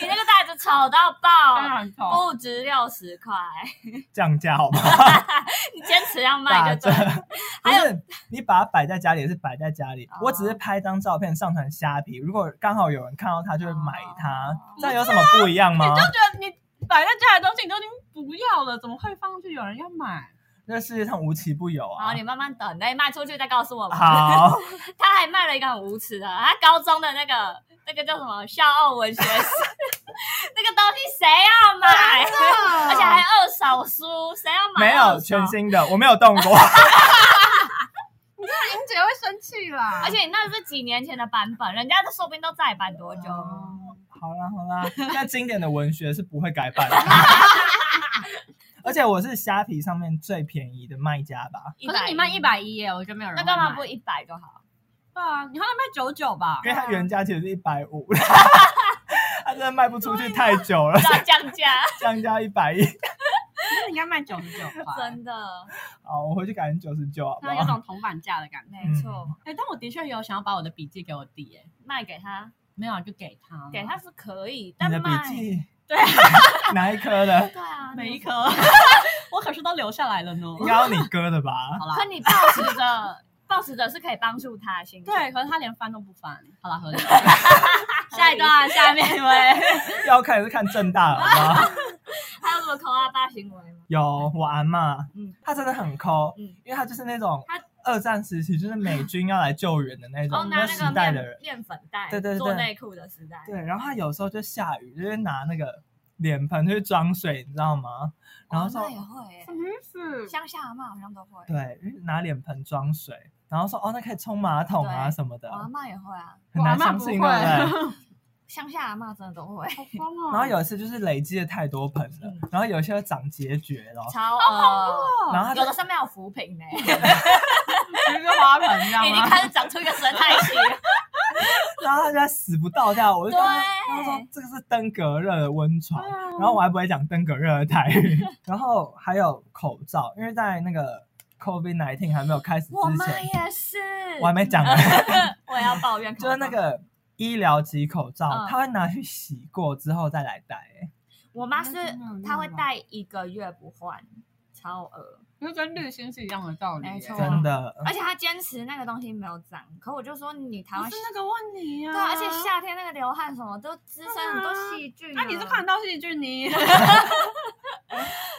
[SPEAKER 1] 你那个袋子丑到
[SPEAKER 3] 当
[SPEAKER 1] 爆，
[SPEAKER 3] 然
[SPEAKER 2] 哦
[SPEAKER 3] 丑。
[SPEAKER 1] 不值六十块， [laughs]
[SPEAKER 2] 降价好不好？
[SPEAKER 1] 你坚持要卖
[SPEAKER 2] 打
[SPEAKER 1] 就
[SPEAKER 2] 折 [laughs]
[SPEAKER 1] 对了。。
[SPEAKER 2] 不
[SPEAKER 1] 还
[SPEAKER 2] 是你把它摆在家里也是摆在家里
[SPEAKER 1] 哦，
[SPEAKER 2] 我只是拍张照片上传虾皮，如果刚好有人看到它就会买它
[SPEAKER 1] 哦，
[SPEAKER 2] 这样有什么不一样
[SPEAKER 3] 你
[SPEAKER 2] 吗
[SPEAKER 3] 就？觉得你摆在家里的东西你都已经不要了，怎么会放上去有人要买？
[SPEAKER 2] 这世界上无奇不有
[SPEAKER 1] 好，
[SPEAKER 2] 啊
[SPEAKER 1] 哦你！慢慢等，等你卖出去再告诉我们。
[SPEAKER 2] 好，
[SPEAKER 1] [laughs]
[SPEAKER 2] [laughs]
[SPEAKER 1] 他还卖了一个很无耻的，他高中的那个那个叫什么校奥文学史， [laughs] 那个东西谁
[SPEAKER 2] [laughs]
[SPEAKER 1] 要买？而且还二手书，谁要买？
[SPEAKER 2] 没有全。新的，我没有动
[SPEAKER 1] [laughs]
[SPEAKER 3] 英
[SPEAKER 2] 过。
[SPEAKER 3] 姐会生气啦
[SPEAKER 1] 而且你那是几年前的版本，人家都说不定都再版多久。
[SPEAKER 3] 哦
[SPEAKER 2] 好啦好啦，那经典的文学是不会改
[SPEAKER 1] [laughs]
[SPEAKER 2] 版的。而且我是虾皮上面最便宜的卖家吧，
[SPEAKER 1] 一
[SPEAKER 3] 可是你卖一，百一耶，我觉得没有人
[SPEAKER 1] 那
[SPEAKER 3] 会
[SPEAKER 1] 干嘛
[SPEAKER 3] 买
[SPEAKER 1] 不一百就好？
[SPEAKER 3] 对啊，你后来卖九九吧
[SPEAKER 2] 因，为它原价其实是一百五， [laughs] 它真的卖不出去
[SPEAKER 1] 啊
[SPEAKER 2] 太久了，
[SPEAKER 1] 要降价，
[SPEAKER 2] 降价一百一。
[SPEAKER 3] 那应该卖九十九 [laughs] 块，
[SPEAKER 1] 真
[SPEAKER 2] [laughs]
[SPEAKER 1] 的，
[SPEAKER 2] 好，我回去改成九十九，好不
[SPEAKER 3] 那有
[SPEAKER 2] 好？
[SPEAKER 3] 种铜板价的感觉。
[SPEAKER 1] 没错，
[SPEAKER 2] 嗯
[SPEAKER 3] 哎、但我的确有想要把我的笔记给我弟耶，
[SPEAKER 1] 卖给他，
[SPEAKER 3] 没有啊就给他，
[SPEAKER 1] 给他是可以，
[SPEAKER 2] 你
[SPEAKER 1] 但
[SPEAKER 2] 的笔
[SPEAKER 1] 卖
[SPEAKER 2] 记
[SPEAKER 3] 对
[SPEAKER 2] [laughs] 哪一科的？
[SPEAKER 1] 对啊，
[SPEAKER 3] 每一颗，我可是都留下来了呢。
[SPEAKER 2] 应该要你哥的吧？
[SPEAKER 3] 好
[SPEAKER 1] 可
[SPEAKER 3] 啦，
[SPEAKER 1] 你抱持着，抱持着是可以帮助他的心情。啊
[SPEAKER 3] 对，可是他连翻都不翻。好啦，合 [laughs] 理。下一段，啊下面一位，
[SPEAKER 2] 要看也是看正大了，好不好？
[SPEAKER 1] [laughs] 还有什么抠阿爸行为吗？
[SPEAKER 2] 有我阿嬷，
[SPEAKER 1] 嗯
[SPEAKER 2] 她真的很抠，
[SPEAKER 1] 嗯
[SPEAKER 2] 因为她就是那种
[SPEAKER 1] 她
[SPEAKER 2] 二战时期就是美军要来救援的那
[SPEAKER 1] 哦，
[SPEAKER 2] 种，
[SPEAKER 1] 拿那
[SPEAKER 2] 时
[SPEAKER 1] 个
[SPEAKER 2] 代的
[SPEAKER 1] 面
[SPEAKER 2] 人。
[SPEAKER 1] 面粉袋，
[SPEAKER 2] 对对对
[SPEAKER 1] 做内裤的时代，
[SPEAKER 2] 对，然后她有时候就下雨，就是拿那个脸盆去装水，你知道吗？然后
[SPEAKER 1] 哦
[SPEAKER 2] 说、
[SPEAKER 1] 那也会耶，
[SPEAKER 3] 么意思
[SPEAKER 1] 乡下阿妈好像都会，
[SPEAKER 2] 对，拿脸盆装水，然后说哦，那可以冲马桶啊
[SPEAKER 1] 对
[SPEAKER 2] 什么的
[SPEAKER 1] 我，阿妈也会啊，
[SPEAKER 2] 很
[SPEAKER 3] 我阿
[SPEAKER 2] 难
[SPEAKER 3] 嬷
[SPEAKER 2] 相
[SPEAKER 3] 不
[SPEAKER 2] 信，对不
[SPEAKER 3] 会
[SPEAKER 2] 对？
[SPEAKER 1] 乡下阿妈真的都会，
[SPEAKER 3] 好疯哦
[SPEAKER 2] 然后有一次就是累积了太多盆
[SPEAKER 1] [laughs]
[SPEAKER 2] 了，
[SPEAKER 1] 嗯
[SPEAKER 2] 然后有些会长结节了，
[SPEAKER 1] 超恶，
[SPEAKER 2] 然后她就
[SPEAKER 1] 有的上面还有浮萍
[SPEAKER 2] [laughs]
[SPEAKER 1] 呢，
[SPEAKER 3] 一个花盆， [laughs] 你知道
[SPEAKER 1] 已经
[SPEAKER 3] 吗？
[SPEAKER 1] 开始长出一个生态系了，
[SPEAKER 2] 然后他就在死不倒掉，我就跟他
[SPEAKER 1] 对
[SPEAKER 2] 他说这个是登革热的温床，
[SPEAKER 3] 对啊
[SPEAKER 2] [laughs] 然后我还不会讲登革热的台语，
[SPEAKER 1] 嗯
[SPEAKER 2] [laughs] 然后还有口罩，因为在那个 COVID 19还没有开始
[SPEAKER 1] [laughs] 我
[SPEAKER 2] 之
[SPEAKER 1] 妈
[SPEAKER 2] 前，
[SPEAKER 1] 也是，
[SPEAKER 2] 我还没讲完，
[SPEAKER 1] [laughs] 我也要抱怨，
[SPEAKER 2] 就是那，个医疗级口罩
[SPEAKER 1] 嗯，
[SPEAKER 2] 他会拿去洗过之后再来戴，欸
[SPEAKER 1] 我妈是
[SPEAKER 3] 那真的很
[SPEAKER 1] 她会
[SPEAKER 3] 浪漫
[SPEAKER 1] 戴一个月不换，超恶。
[SPEAKER 3] 就跟滤芯是一样的道理耶，
[SPEAKER 1] 没错
[SPEAKER 2] 真的，
[SPEAKER 1] 而且他坚持那个东西没有长，可我就说你台
[SPEAKER 3] 不
[SPEAKER 1] 湾
[SPEAKER 3] 是那个问题呀。
[SPEAKER 1] 对啊，而且夏天那个流汗什么都滋生很多细菌、啊
[SPEAKER 3] 啊那你是看？到细菌你？ [laughs]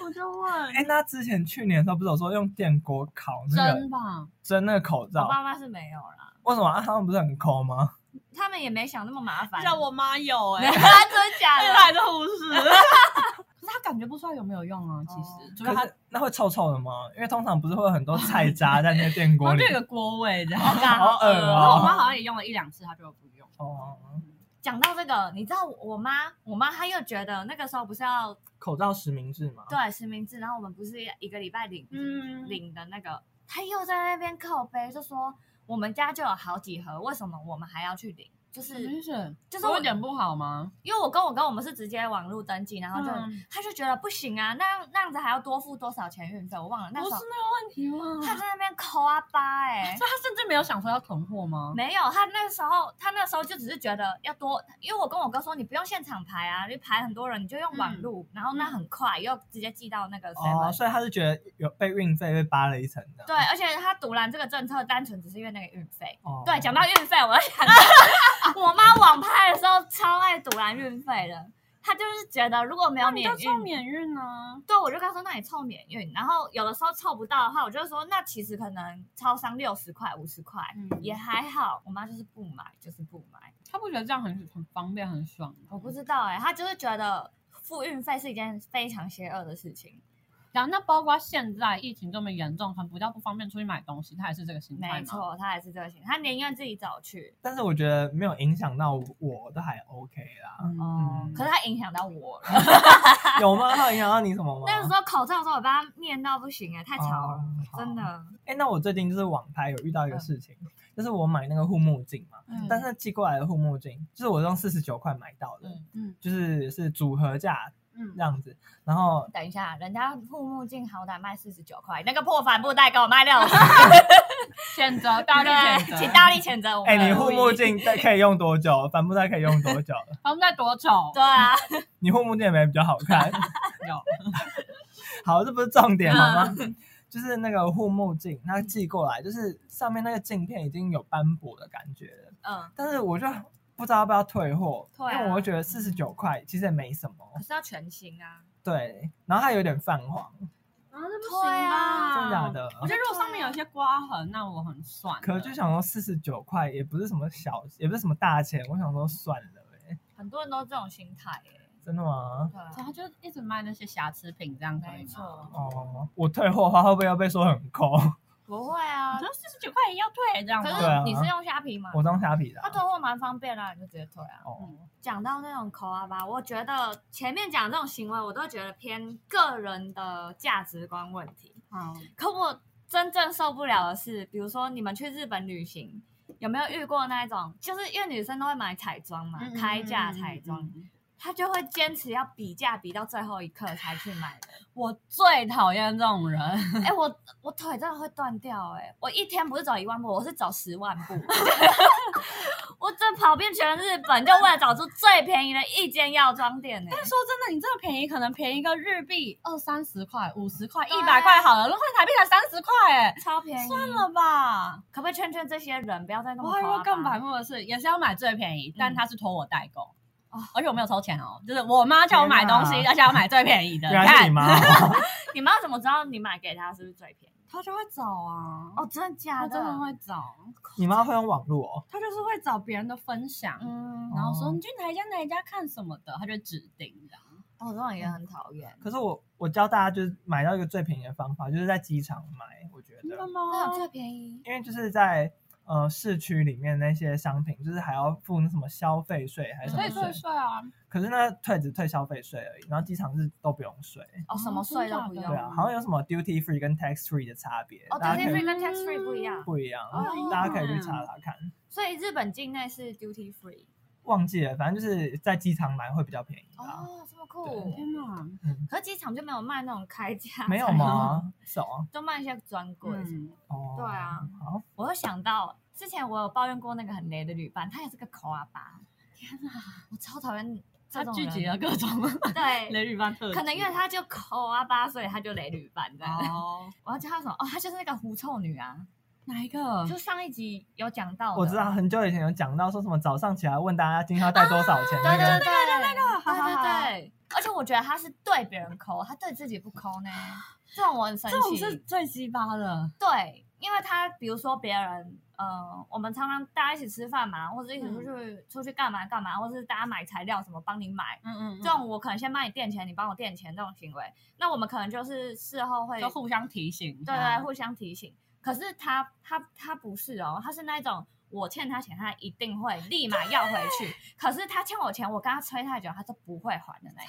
[SPEAKER 3] 我就问，
[SPEAKER 2] 哎，那之前去年的时候不是有说用电锅烤那个
[SPEAKER 3] 真啊吧？
[SPEAKER 2] 蒸那个口
[SPEAKER 1] 我
[SPEAKER 2] 罩，
[SPEAKER 1] 爸妈是没有啦，
[SPEAKER 2] 为什么啊？他们不是很抠吗？
[SPEAKER 1] 他们也没想那么麻烦。
[SPEAKER 3] 像我妈有哎、[laughs]
[SPEAKER 1] [laughs] 真的假
[SPEAKER 3] 而且她 [laughs] 还
[SPEAKER 1] 的？
[SPEAKER 3] 是护士。可是她感觉不出来有没有用啊，其实，除非
[SPEAKER 2] 可
[SPEAKER 3] 她
[SPEAKER 2] 是那会臭臭的吗？因为通常不是会有很多菜渣在那个电锅
[SPEAKER 1] [laughs] 哦
[SPEAKER 3] 她
[SPEAKER 2] 里
[SPEAKER 3] 哦就有个锅味这样。
[SPEAKER 1] 好尬
[SPEAKER 2] 好恶
[SPEAKER 3] 然后我
[SPEAKER 2] 哦
[SPEAKER 3] 妈好像也用了一两次，她就不用。
[SPEAKER 2] 哦，
[SPEAKER 1] 讲到这个，你知道我妈，我妈她又觉得那个时候不是要
[SPEAKER 2] 口罩实名制嘛，
[SPEAKER 1] 对啊实名制，然后我们不是一个礼拜领、
[SPEAKER 3] 嗯，
[SPEAKER 1] 领的那个，她又在那边靠背，就说我们家就有好几盒，为什么我们还要去领？就
[SPEAKER 3] 什么
[SPEAKER 1] 是
[SPEAKER 3] 意思？
[SPEAKER 1] 就是
[SPEAKER 3] 口
[SPEAKER 1] 我
[SPEAKER 3] 味有点不好吗？
[SPEAKER 1] 因为我跟我跟我们是直接网络登记，然后就、
[SPEAKER 3] 嗯
[SPEAKER 1] 他就觉得不行啊，那样那样子还要多付多少钱运费？我忘了那
[SPEAKER 3] 不
[SPEAKER 1] 时
[SPEAKER 3] 是
[SPEAKER 1] 候
[SPEAKER 3] 那个问题吗？
[SPEAKER 1] 他在那边抠啊巴哎、
[SPEAKER 3] 所以她甚至没有想说要囤货吗？
[SPEAKER 1] 没有，他那时候他那时候就只是觉得要多，因为我跟我哥说你不用现场排啊，你排很多人你就用
[SPEAKER 3] 嗯
[SPEAKER 1] 网路，然后那很快又直接寄到那个 seven、
[SPEAKER 2] 哦，所以他是觉得有被运费被扒了一层的。
[SPEAKER 1] 对，而且他独揽这个政策，单纯只是因为那个运费。
[SPEAKER 2] 哦
[SPEAKER 1] 对，啊
[SPEAKER 3] 哦
[SPEAKER 1] [laughs] 讲到运费，我要想，我妈网拍的时候超爱独揽运费的。他就是觉得如果没有
[SPEAKER 3] 那你
[SPEAKER 1] 免
[SPEAKER 3] 就中
[SPEAKER 1] 运，
[SPEAKER 3] 免运啊呢？
[SPEAKER 1] 对我就跟他说那你凑免运，然后有的时候凑不到的话，我就会说那其实可能超商六十块五十块
[SPEAKER 3] 嗯，
[SPEAKER 1] 也还好，我妈就是不买就是不买，
[SPEAKER 3] 他不觉得这样很很方便很爽吗？
[SPEAKER 1] 我不知道哎、她就是觉得付运费是一件非常邪恶的事情，
[SPEAKER 3] 然后那包括现在疫情这么严重，很不叫不方便出去买东西，他也是这个心态吗
[SPEAKER 1] 没，错，她也是这个型，她宁愿自己走去
[SPEAKER 2] 但是我觉得没有影响到我，都还 OK
[SPEAKER 1] [laughs]
[SPEAKER 2] 啦。
[SPEAKER 1] 哦、
[SPEAKER 2] 嗯
[SPEAKER 1] 可是她影响到我了。
[SPEAKER 2] 有吗？它有影响到你什么吗？
[SPEAKER 1] 那个时候口罩的时候，我被他念到不行哎、太吵了，
[SPEAKER 2] 哦好
[SPEAKER 1] 真的。
[SPEAKER 2] 哎、那我最近就是网拍有遇到一个事情，就是我买那个护目镜嘛，
[SPEAKER 1] 嗯
[SPEAKER 2] 但是寄过来的护目镜，就是我用四十九块买到的，
[SPEAKER 1] 嗯
[SPEAKER 3] 嗯
[SPEAKER 2] 就是是组合价
[SPEAKER 3] 嗯
[SPEAKER 2] 这，样子，然后
[SPEAKER 1] 等一下，人家护目镜好歹卖四十九块，那个破帆布袋给我卖六 [laughs] 十，
[SPEAKER 3] 谴责大力谴责，
[SPEAKER 1] 对，请大力谴责我们。
[SPEAKER 2] 哎、你护目镜戴可以用多久？帆布袋可以用多久？
[SPEAKER 3] 他们在多丑，
[SPEAKER 1] 对 [laughs] 啊，
[SPEAKER 2] [laughs] 你护目镜也没比较好看。
[SPEAKER 3] 有
[SPEAKER 2] 好，这不是重点好吗？ [laughs] 就是那个护目镜，它寄过来，就是上面那个镜片已经有斑驳的感觉了，
[SPEAKER 1] 嗯，
[SPEAKER 2] 但是我就不知道要不要退货，
[SPEAKER 1] 退啊
[SPEAKER 2] 因为我会觉得四十九块其实也没什么，
[SPEAKER 1] 可是要全新啊。
[SPEAKER 2] 对，然后它有点泛黄，
[SPEAKER 3] 啊，这不
[SPEAKER 1] 对
[SPEAKER 3] 行
[SPEAKER 1] 啊
[SPEAKER 3] 吧？
[SPEAKER 2] 真的假的？
[SPEAKER 3] 我觉得如果上面有一些刮痕，那我很算了。
[SPEAKER 2] 可就想说四十九块也不是什么小，也不是什么大钱，我想说算了、欸，
[SPEAKER 1] 很多人都这种心态耶、
[SPEAKER 2] 真的吗？
[SPEAKER 1] 对啊
[SPEAKER 3] 他就一直卖那些瑕疵品，这样可以吗
[SPEAKER 1] 没错
[SPEAKER 2] 哦，我退货的话会不会要被说很抠？ [laughs]
[SPEAKER 1] 不会啊
[SPEAKER 3] 你。说四十九块也要退这样
[SPEAKER 1] 可
[SPEAKER 3] 吗？
[SPEAKER 2] 对啊
[SPEAKER 1] 是你是用虾皮吗？
[SPEAKER 2] 我装虾皮的啊、
[SPEAKER 1] 他退货蛮方便啦，你就直接退啊。
[SPEAKER 2] 哦，
[SPEAKER 1] 讲到那种口啊吧，我觉得前面讲这种行为，我都觉得偏个人的价值观问题。
[SPEAKER 3] 好，
[SPEAKER 1] 可我真正受不了的是，比如说你们去日本旅行，有没有遇过那一种，就是因为女生都会买彩妆
[SPEAKER 3] 嗯
[SPEAKER 1] 嘛，开价彩妆，她就会坚持要比价比到最后一刻才去买
[SPEAKER 3] [laughs]
[SPEAKER 1] 的。
[SPEAKER 3] 我最讨厌这种人， [laughs]
[SPEAKER 1] 哎、我我腿真的会断掉哎、我一天不是走一万步，我是走十万
[SPEAKER 3] [laughs]
[SPEAKER 1] 步。我这跑遍全日本，就为了找出最便宜的一间药妆店呢、
[SPEAKER 3] 但说真的，你这个便宜可能便宜个日币二三十块、五十块、
[SPEAKER 1] 对啊
[SPEAKER 3] 一百块好了，换台币才三十块，哎，
[SPEAKER 1] 超便宜，
[SPEAKER 3] 算了吧。
[SPEAKER 1] 可不可以劝劝这些人不要再那
[SPEAKER 3] 我
[SPEAKER 1] 么
[SPEAKER 3] 还
[SPEAKER 1] 夸
[SPEAKER 3] 有
[SPEAKER 1] 张？
[SPEAKER 3] 个更白目的是，也是要买最便宜，但他是托我代购。
[SPEAKER 1] 哦
[SPEAKER 3] 而且我没有收钱哦，就是我妈叫我买东
[SPEAKER 2] 天
[SPEAKER 3] 西，
[SPEAKER 2] 哪
[SPEAKER 3] 而且要买最便宜的。
[SPEAKER 2] 原
[SPEAKER 3] 你
[SPEAKER 2] 来是
[SPEAKER 3] 看，
[SPEAKER 2] 你妈哦、 [laughs]
[SPEAKER 1] 你妈怎么知道你买给她是不是最便宜？
[SPEAKER 3] 她就会找啊，
[SPEAKER 1] 哦，真的假
[SPEAKER 3] 她
[SPEAKER 1] 的？
[SPEAKER 3] 真的会找，啊
[SPEAKER 2] 你妈会用网络哦。
[SPEAKER 3] 她就是会找别人的分享，
[SPEAKER 1] 嗯，
[SPEAKER 3] 然后说
[SPEAKER 2] 哦
[SPEAKER 3] 你去哪一家哪一家看什么的，她就指定的。
[SPEAKER 1] 哦，这种也很讨厌。
[SPEAKER 2] 可是我我教大家就是买到一个最便宜的方法，就是在机场买，我觉得，
[SPEAKER 1] 那
[SPEAKER 3] 吗
[SPEAKER 1] 有最便宜？
[SPEAKER 2] 因为就是在呃市区里面那些商品，就是还要付那什么消费税还是什
[SPEAKER 3] 可
[SPEAKER 2] 么
[SPEAKER 3] 以退
[SPEAKER 2] 税，
[SPEAKER 3] 税啊，
[SPEAKER 2] 可是呢退只退消费税而已，然后机场是都不用税，
[SPEAKER 1] 哦，什么税都不
[SPEAKER 3] 真
[SPEAKER 1] 用。
[SPEAKER 2] 对
[SPEAKER 3] 的假
[SPEAKER 2] 啊，
[SPEAKER 3] 的
[SPEAKER 2] 好像有什么 duty free 跟 tax free 的差别，
[SPEAKER 1] 哦
[SPEAKER 2] 大家
[SPEAKER 1] ，duty
[SPEAKER 2] 可
[SPEAKER 1] free
[SPEAKER 2] 以
[SPEAKER 1] 跟 tax free 不一
[SPEAKER 3] 嗯
[SPEAKER 1] 样，
[SPEAKER 2] 不一样，
[SPEAKER 3] 啊
[SPEAKER 1] 哦
[SPEAKER 2] 大家可以去查查看。
[SPEAKER 1] 所以日本境内是 duty free。
[SPEAKER 2] 忘记了，反正就是在机场买会比较便宜啦。
[SPEAKER 1] 哦，这么酷！
[SPEAKER 3] 天哪，
[SPEAKER 1] 可是机场就没有卖那种开价，
[SPEAKER 2] 没有？吗？是哦，
[SPEAKER 1] [laughs] 就卖一些专柜。
[SPEAKER 3] 嗯
[SPEAKER 2] 哦，
[SPEAKER 1] 对啊，
[SPEAKER 2] 好，
[SPEAKER 1] 我又想到之前我有抱怨过那个很雷的旅伴，他也是个抠阿巴。
[SPEAKER 3] 天哪，
[SPEAKER 1] 我超讨厌这
[SPEAKER 3] 他
[SPEAKER 1] 种
[SPEAKER 3] 聚集
[SPEAKER 1] 人
[SPEAKER 3] 了各种 [laughs]
[SPEAKER 1] 对，
[SPEAKER 3] 雷雨班特质，
[SPEAKER 1] 可能因为他就抠阿巴，所以他就雷旅伴的。
[SPEAKER 3] 哦，
[SPEAKER 1] 我要叫他什么？哦，他就是那个狐臭女啊，
[SPEAKER 3] 哪一个？
[SPEAKER 1] 就上一集有讲到的，
[SPEAKER 2] 我知道很久以前有讲到说什么早上起来问大家今天要带多少
[SPEAKER 1] [laughs]
[SPEAKER 2] 钱那
[SPEAKER 1] 对对
[SPEAKER 2] 个，
[SPEAKER 1] 对对那个，
[SPEAKER 3] 好
[SPEAKER 1] 对
[SPEAKER 3] 好好
[SPEAKER 1] 对对，而且我觉得他是对别人抠，他对自己不抠呢，这种我很生
[SPEAKER 3] 这种
[SPEAKER 1] 气。
[SPEAKER 3] 是最鸡巴的，
[SPEAKER 1] 对，因为他比如说别人，呃，我们常常大家一起吃饭嘛，或者一起出去、出去干嘛干嘛，或者是大家买材料什么帮你买，
[SPEAKER 3] 嗯嗯
[SPEAKER 1] 这种我可能先帮你垫钱，你帮我垫钱这种行为，那我们可能就是事后会
[SPEAKER 3] 就互相提醒一
[SPEAKER 1] 对
[SPEAKER 3] 下，
[SPEAKER 1] 对，互相提醒。可是他他他不是哦，他是那种我欠他钱，他一定会立马要回去。可是他欠我钱，我跟他催太久，他都不会还的那一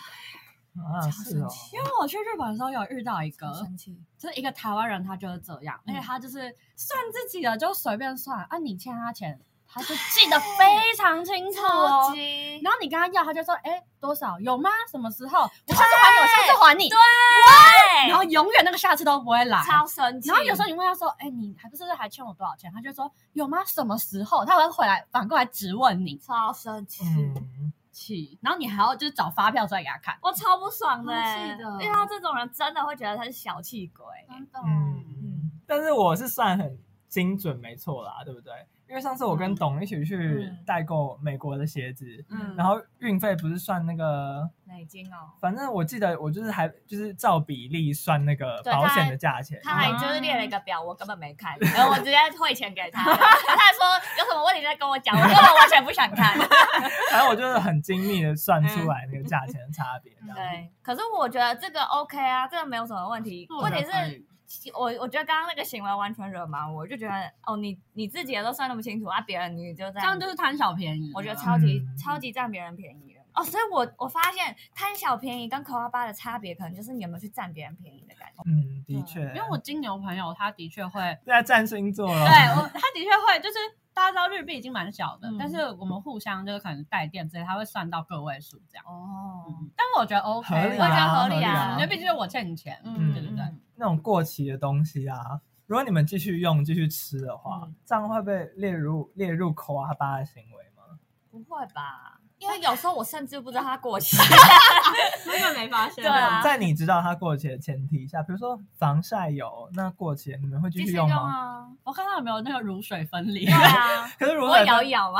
[SPEAKER 1] 种，
[SPEAKER 2] 啊，是哦，
[SPEAKER 3] 因为我去日本的时候有遇到一
[SPEAKER 1] 好
[SPEAKER 3] 个，
[SPEAKER 1] 生气。
[SPEAKER 3] 就是一个台湾人，他就是这样，而
[SPEAKER 1] 嗯
[SPEAKER 3] 且他就是算自己的就随便算，啊，你欠他钱，他就记得非常清楚
[SPEAKER 1] 哎超
[SPEAKER 3] 哦。
[SPEAKER 1] 级，
[SPEAKER 3] 然后你跟他要，他就说：“哎，多少有吗？什么时候？我下次还你，我下次还你。”
[SPEAKER 1] 对，
[SPEAKER 3] 然后永远那个下次都不会来。
[SPEAKER 1] 超生气。
[SPEAKER 3] 然后有时候你问他说：“哎，你还不是还欠我多少钱？”他就说：“有吗？什么时候？”他会回来反过来质问你
[SPEAKER 1] 超生气，
[SPEAKER 2] 嗯，
[SPEAKER 3] 气，然后你还要就是找发票出来给他看。
[SPEAKER 1] 我超不爽的欸，
[SPEAKER 3] 生气的
[SPEAKER 1] 遇到这种人真的会觉得他是小气鬼。
[SPEAKER 3] 的
[SPEAKER 2] 嗯
[SPEAKER 1] 嗯
[SPEAKER 2] 嗯，但是我是算很精准，没错啦，对不对？因为上次我跟董一起去
[SPEAKER 1] 嗯
[SPEAKER 2] 代购美国的鞋子，
[SPEAKER 1] 嗯
[SPEAKER 2] 然后运费不是算那个，
[SPEAKER 1] 美金哦，
[SPEAKER 2] 反正我记得我就是还就是照比例算那个
[SPEAKER 1] 对
[SPEAKER 2] 保
[SPEAKER 1] 他
[SPEAKER 2] 险
[SPEAKER 1] 还
[SPEAKER 2] 的价钱，嗯
[SPEAKER 1] 他还就是列了一个表，我根本没看，然后我直接汇钱给他， [laughs] 然后他还说有什么问题再跟我讲，我根本完全不想看。
[SPEAKER 2] 反正我就是很精密的算出来那个价钱的差别。这样
[SPEAKER 1] 嗯对，可是我觉得这个 OK 啊，这个没有什么问题。问题是，我我觉得刚刚那个行为完全惹毛我，我就觉得哦，你你自己的都算那么清楚啊，别人你就这
[SPEAKER 3] 这
[SPEAKER 1] 样
[SPEAKER 3] 样就是贪小便宜啊，
[SPEAKER 1] 我觉得超级、
[SPEAKER 2] 嗯
[SPEAKER 1] 超级占别人便宜的哦，所以我我发现贪小便宜跟抠阿巴的差别，可能就是你有没有去占别人便宜的感觉。
[SPEAKER 2] 嗯，的确，
[SPEAKER 3] 因为我金牛朋友他的确会，
[SPEAKER 2] 在占星座了，
[SPEAKER 3] 对我他的确会，就是大家知道日币已经蛮小的
[SPEAKER 1] 嗯，
[SPEAKER 3] 但是我们互相就是可能带电之类，他会算到个位数这样。
[SPEAKER 1] 哦
[SPEAKER 3] 嗯但我觉得 OK，
[SPEAKER 2] 合理
[SPEAKER 1] 我觉得
[SPEAKER 2] 啊，
[SPEAKER 1] 合理啊
[SPEAKER 3] 因为毕竟是我欠你钱，
[SPEAKER 1] 嗯
[SPEAKER 3] 对对对。
[SPEAKER 2] 那种过期的东西啊，如果你们继续用、继续吃的话，
[SPEAKER 1] 嗯
[SPEAKER 2] 这样会被列入列入抠阿巴的行为吗？
[SPEAKER 1] 嗯不会吧？因为有时候我甚至不知道它过期。 [laughs]
[SPEAKER 3] 根本没发现
[SPEAKER 1] 对啊
[SPEAKER 2] 在你知道它过期的前提下，比如说防晒油，那过期了你们会继
[SPEAKER 1] 继
[SPEAKER 2] 续
[SPEAKER 1] 续
[SPEAKER 2] 用
[SPEAKER 1] 用
[SPEAKER 2] 吗？
[SPEAKER 1] 啊，
[SPEAKER 3] 我看到有没有那个乳水分离？
[SPEAKER 1] 对
[SPEAKER 3] 因
[SPEAKER 1] [laughs] 啊，
[SPEAKER 2] 可是如
[SPEAKER 1] 我
[SPEAKER 2] 水
[SPEAKER 1] 会
[SPEAKER 2] 分
[SPEAKER 1] 摇一摇嘛。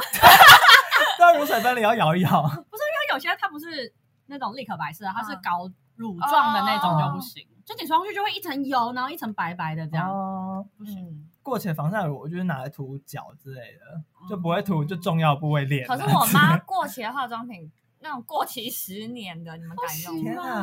[SPEAKER 2] 对如水分离要摇一摇，
[SPEAKER 1] [laughs]
[SPEAKER 3] 为 [laughs] 有些它不是那种立可白色的，它是
[SPEAKER 1] 嗯
[SPEAKER 3] 搞乳状的那种
[SPEAKER 1] 哦
[SPEAKER 3] 就不行，就你冲上去就会一层油，然后一层白白的这样。
[SPEAKER 2] 哦，
[SPEAKER 1] 嗯，
[SPEAKER 2] 过期的防晒乳我就是拿来涂脚之类的，
[SPEAKER 3] 嗯
[SPEAKER 2] 就不会涂就重要部位脸啊。
[SPEAKER 1] 哦可是我妈过期的化妆品，那种过期十年的，你们敢用
[SPEAKER 2] 天
[SPEAKER 1] 吗？
[SPEAKER 2] 啊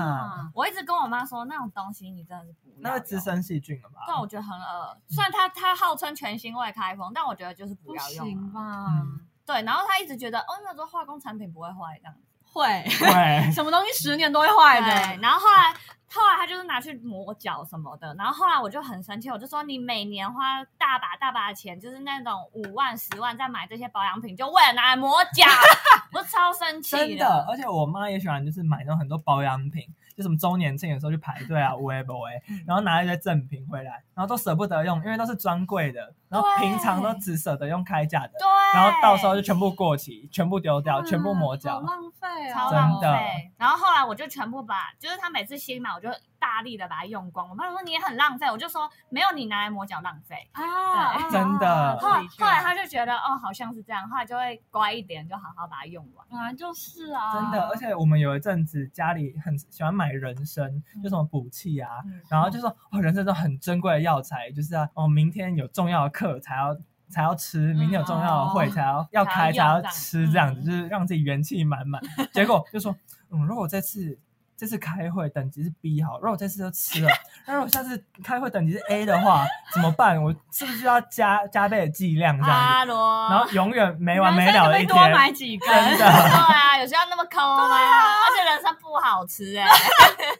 [SPEAKER 3] 啊！
[SPEAKER 1] 我一直跟我妈说，那种东西你真的是不
[SPEAKER 2] [laughs] 那
[SPEAKER 1] 要
[SPEAKER 2] 会
[SPEAKER 1] 用。
[SPEAKER 2] 滋生细菌了吧？
[SPEAKER 1] 但我觉得很恶。虽然它它号称全新未开封，但我觉得就是不
[SPEAKER 3] 不
[SPEAKER 1] 要用啊
[SPEAKER 3] 行。吧？
[SPEAKER 2] 嗯
[SPEAKER 1] 对，然后他一直觉得哦，那时候化工产品不会坏这样子。
[SPEAKER 3] 会 [laughs]
[SPEAKER 2] 对，
[SPEAKER 3] 什么东西十年都会坏
[SPEAKER 1] 对，
[SPEAKER 3] 的。
[SPEAKER 1] 然后后来后来他就是拿去磨脚什么的，然后后来我就很生气，我就说你每年花大把大把的钱，就是那种五万十万在买这些保养品，就为了拿来磨脚， [laughs] 我超生气
[SPEAKER 2] 真的，。而且我妈也喜欢就是买那种很多保养品，就什么周年庆的时候去排队啊，无为不为，然后拿一些赠品回来，然后都舍不得用，因为都是专柜的，然后
[SPEAKER 1] 对
[SPEAKER 2] 平常都只舍得用开价的
[SPEAKER 1] 对，，
[SPEAKER 2] 然后到时候就全部过期，全部丢掉，
[SPEAKER 3] 哇
[SPEAKER 2] 全部磨
[SPEAKER 3] 好
[SPEAKER 2] 脚。
[SPEAKER 3] 浪费哦，
[SPEAKER 1] 超
[SPEAKER 2] 真
[SPEAKER 1] 浪
[SPEAKER 2] 的
[SPEAKER 1] 费。然后后来我就全部把，就是他每次新买，我就大力的把它用光。我妈说你也很浪费，我就说没有你拿来磨脚浪费。
[SPEAKER 3] 啊！
[SPEAKER 2] 真的
[SPEAKER 3] 啊
[SPEAKER 1] 后来后来他
[SPEAKER 3] 就
[SPEAKER 1] 就觉得哦，好像是这样，后来就会乖一点，就好好把它用完。
[SPEAKER 3] 本来就是啊，
[SPEAKER 2] 真的，而且我们有一阵子家里很喜欢买人参，就什么补气啊，
[SPEAKER 1] 嗯
[SPEAKER 2] 然后就说哦，人参都很珍贵的药材，就是啊，哦，明天有重要的课才要才要吃，明天有重要的会才要、要开才
[SPEAKER 1] 才要
[SPEAKER 2] 要
[SPEAKER 1] 用
[SPEAKER 2] 吃，这
[SPEAKER 1] 这
[SPEAKER 2] 样
[SPEAKER 1] 样
[SPEAKER 2] 子、就是让自己元气满满。结果就说，嗯，如果我这次这次开会等级是 B 好，如果我这次就吃了，那如果下次开会等级是 A 的话怎么办？我是不是要加加倍的剂量这样子？
[SPEAKER 1] 阿罗，
[SPEAKER 2] 然后永远没完没
[SPEAKER 3] 人生
[SPEAKER 2] 了
[SPEAKER 3] 可
[SPEAKER 2] 的
[SPEAKER 3] 以
[SPEAKER 2] 一
[SPEAKER 3] 多
[SPEAKER 2] 天。
[SPEAKER 3] 买几根，
[SPEAKER 2] 真
[SPEAKER 1] [laughs] 对
[SPEAKER 2] 的，
[SPEAKER 1] 啊，有需要那么抠吗？而且人参不好吃 [laughs] 哎，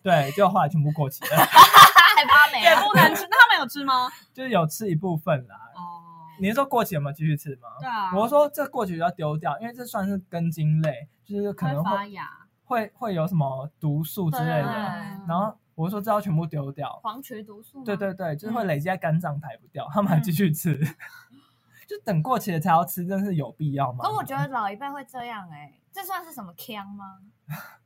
[SPEAKER 2] 对，就后来全部过期了， [laughs]
[SPEAKER 1] 还发霉
[SPEAKER 3] 也
[SPEAKER 1] 啊。
[SPEAKER 3] 不能吃。那他们有吃吗？
[SPEAKER 2] 就是有吃一部分啦。
[SPEAKER 3] 哦，
[SPEAKER 2] 你是说过期有没有继续吃吗？
[SPEAKER 3] 对啊，
[SPEAKER 2] 我说这过去要丢掉，因为这算是根茎类，就是可能
[SPEAKER 3] 会发
[SPEAKER 2] 会
[SPEAKER 3] 芽
[SPEAKER 2] 会会有什么毒素之类
[SPEAKER 1] 对
[SPEAKER 2] 的。
[SPEAKER 1] 嗯
[SPEAKER 2] 然后我说这要全部丢掉，
[SPEAKER 1] 黄曲毒素吗
[SPEAKER 2] 啊对对对，就是会累积在肝脏排不掉，他们还继续吃， [laughs] 就等过期了才要吃，真是有必要吗？
[SPEAKER 1] 可我觉得老一辈会这样哎，这算是什么腔吗？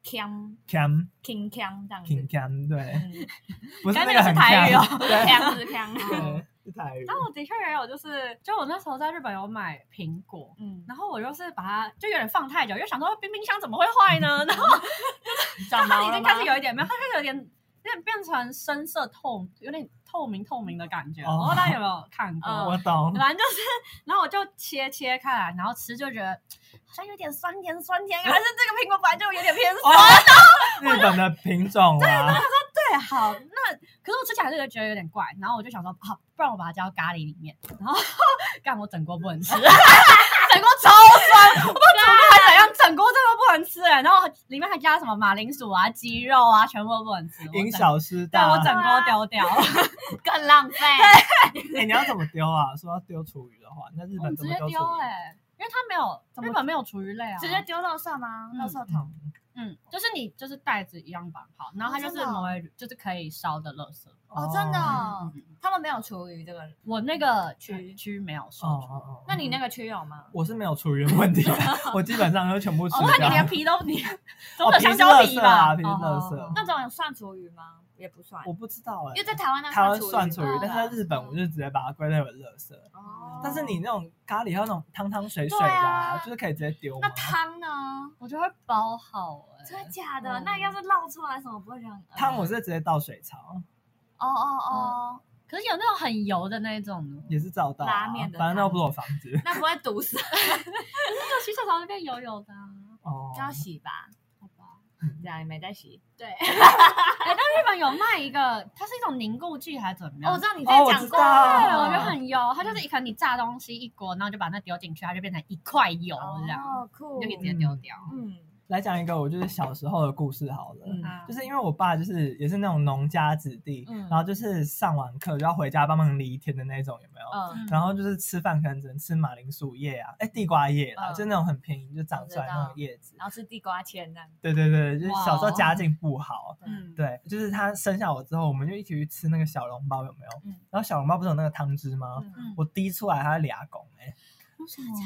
[SPEAKER 1] 腔
[SPEAKER 2] cam
[SPEAKER 1] 腔腔这样子，
[SPEAKER 2] 挺 cam 对，
[SPEAKER 1] 嗯 [laughs]
[SPEAKER 2] 不是
[SPEAKER 3] 感
[SPEAKER 2] 那
[SPEAKER 3] 觉
[SPEAKER 2] 个很
[SPEAKER 3] 是台语
[SPEAKER 2] cam，
[SPEAKER 3] 哦
[SPEAKER 2] 对
[SPEAKER 1] 腔是腔，啊
[SPEAKER 2] 对，是台语
[SPEAKER 3] 然。后我的确也有，就是就我那时候在日本有买苹果，
[SPEAKER 1] 嗯，
[SPEAKER 3] 然后我就是把它就有点放太久，因为想说冰冰箱怎么会坏呢？ [laughs] 然后
[SPEAKER 2] 嗯
[SPEAKER 1] 长
[SPEAKER 3] 它
[SPEAKER 1] 毛
[SPEAKER 3] 已
[SPEAKER 1] 了
[SPEAKER 3] 经
[SPEAKER 1] 吗
[SPEAKER 3] 开始有一点没有，它开始有点有点变成深色透，有点透明透明的感觉。
[SPEAKER 2] 哦
[SPEAKER 3] 我不知道大家有没有看过？
[SPEAKER 1] 嗯
[SPEAKER 2] 我懂，
[SPEAKER 3] [laughs] 反正就是，然后我就切切开来，然后吃就觉得好像有点酸甜酸甜，
[SPEAKER 2] 嗯
[SPEAKER 3] 还是这个苹果本来就有点偏
[SPEAKER 2] 哦
[SPEAKER 3] 酸。
[SPEAKER 2] 日本的品种啊，
[SPEAKER 3] 对，好，那可是我吃起来这个觉得有点怪，然后我就想说，好，不然我把它加到咖喱里面，然后 [laughs] 干我整锅不能
[SPEAKER 2] [laughs]
[SPEAKER 3] 吃，整 [laughs] 锅超酸，我不知道还怎样，整锅真的不能吃哎，然后里面还加什么马铃薯啊、鸡肉啊，全部都不能吃，我
[SPEAKER 2] 因
[SPEAKER 3] 整。
[SPEAKER 2] 小失
[SPEAKER 3] 对，我
[SPEAKER 2] 大。
[SPEAKER 3] 整锅丢
[SPEAKER 2] [laughs]
[SPEAKER 3] 掉，
[SPEAKER 1] 更浪费。
[SPEAKER 2] 哎，你要怎么丢啊？说要丢厨余的话，那日
[SPEAKER 3] 我
[SPEAKER 2] 本
[SPEAKER 1] 哦
[SPEAKER 3] 们
[SPEAKER 2] 怎
[SPEAKER 3] 直
[SPEAKER 2] 么
[SPEAKER 3] 接
[SPEAKER 2] 丢
[SPEAKER 3] 丢
[SPEAKER 1] 欸
[SPEAKER 2] 厨余？
[SPEAKER 3] 哎，因为它没有日本没有厨余类啊，
[SPEAKER 1] 直接丢垃圾吗？
[SPEAKER 3] 嗯
[SPEAKER 1] 垃圾桶。
[SPEAKER 3] 嗯，就是你就是袋子一样绑好，然后它就是
[SPEAKER 1] 哦真的哦
[SPEAKER 3] 挪为就是可以烧的垃圾。
[SPEAKER 1] 哦，真的
[SPEAKER 3] 嗯，
[SPEAKER 1] 哦
[SPEAKER 3] 嗯嗯
[SPEAKER 1] 他们没有厨余这个，
[SPEAKER 3] 我那个
[SPEAKER 1] 区
[SPEAKER 3] 区区没有
[SPEAKER 2] 哦
[SPEAKER 3] 烧
[SPEAKER 2] 哦
[SPEAKER 3] 出
[SPEAKER 2] 哦，
[SPEAKER 1] 那你那个区有吗？
[SPEAKER 2] 我是没有厨余问题，
[SPEAKER 1] [laughs]
[SPEAKER 2] 我基本上都全部吃
[SPEAKER 3] 哦，那
[SPEAKER 2] 掉。
[SPEAKER 3] 你连皮都你总有
[SPEAKER 2] 哦皮是
[SPEAKER 3] 香蕉
[SPEAKER 2] 垃
[SPEAKER 3] 皮
[SPEAKER 2] 圾
[SPEAKER 3] 吧？
[SPEAKER 2] 啊，皮是
[SPEAKER 3] 哦
[SPEAKER 2] 垃
[SPEAKER 3] 哦
[SPEAKER 2] 圾
[SPEAKER 3] 哦。
[SPEAKER 1] 那种有算厨余吗？也不算，
[SPEAKER 2] 我不知道哎、
[SPEAKER 1] 因为在台湾那
[SPEAKER 2] 台湾算厨
[SPEAKER 1] 厨
[SPEAKER 2] 余
[SPEAKER 1] 余，，啊
[SPEAKER 2] 但是在日本我就直接把它归类为垃圾。
[SPEAKER 1] 哦
[SPEAKER 2] 但是你那种咖喱还有那种汤汤水水的、
[SPEAKER 1] 对啊
[SPEAKER 2] 就是可以直接丢嘛
[SPEAKER 1] 那。汤呢？
[SPEAKER 3] 我就会包好哎、
[SPEAKER 1] 真的假的？
[SPEAKER 3] 嗯
[SPEAKER 1] 那要是烙出来什么不会让
[SPEAKER 2] 汤我是直接倒水槽，
[SPEAKER 1] 哦哦哦，
[SPEAKER 3] 嗯可是有那种很油的那种 [laughs] 呢，
[SPEAKER 2] 也是照倒、啊。
[SPEAKER 1] 拉面的汤
[SPEAKER 2] 反正那不是我房子
[SPEAKER 1] 那不会
[SPEAKER 2] [laughs]
[SPEAKER 1] 毒死，
[SPEAKER 3] 那洗手槽那边油油的、啊，
[SPEAKER 2] 哦。
[SPEAKER 1] 要洗吧？
[SPEAKER 3] 好吧？
[SPEAKER 2] 嗯
[SPEAKER 1] 这样你没在洗？
[SPEAKER 3] 对， [laughs] 哎、但日本有卖一个，它是一种凝固剂还是怎么
[SPEAKER 1] 哦，
[SPEAKER 3] 样？
[SPEAKER 1] 我知道你在
[SPEAKER 2] 哦，我
[SPEAKER 1] 讲
[SPEAKER 2] 知
[SPEAKER 1] 过，
[SPEAKER 2] 道，
[SPEAKER 3] 对，我觉得很油，它就是可能你炸东西一锅，然后就把那丢进去，它就变成一块油这样，
[SPEAKER 1] 哦，酷，
[SPEAKER 3] 你就可以直接丢掉。
[SPEAKER 1] 嗯
[SPEAKER 2] 来讲一个我就是小时候的故事好了。
[SPEAKER 1] 嗯
[SPEAKER 3] 啊
[SPEAKER 2] 就是因为我爸就是也是那种农家子弟，
[SPEAKER 1] 嗯
[SPEAKER 2] 然后就是上完课就要回家帮忙犁田的那种，有没有？
[SPEAKER 1] 嗯，
[SPEAKER 2] 然后就是吃饭可能只能吃马铃薯叶啊，哎，地瓜叶啦，
[SPEAKER 1] 嗯
[SPEAKER 2] 就那种很便宜就长出来那
[SPEAKER 1] 我
[SPEAKER 2] 种
[SPEAKER 1] 知
[SPEAKER 2] 叶子。
[SPEAKER 1] 然后吃地瓜签这样，
[SPEAKER 2] 对对对，就是
[SPEAKER 3] 哇
[SPEAKER 2] 小时候
[SPEAKER 3] 哦
[SPEAKER 2] 家境不好，
[SPEAKER 1] 嗯，
[SPEAKER 2] 对，就是他生下我之后，我们就一起去吃那个小笼包，有没有？
[SPEAKER 1] 嗯
[SPEAKER 2] 然后小笼包不是有那个汤汁吗？
[SPEAKER 1] 嗯
[SPEAKER 2] 我滴出来他俩拱哎、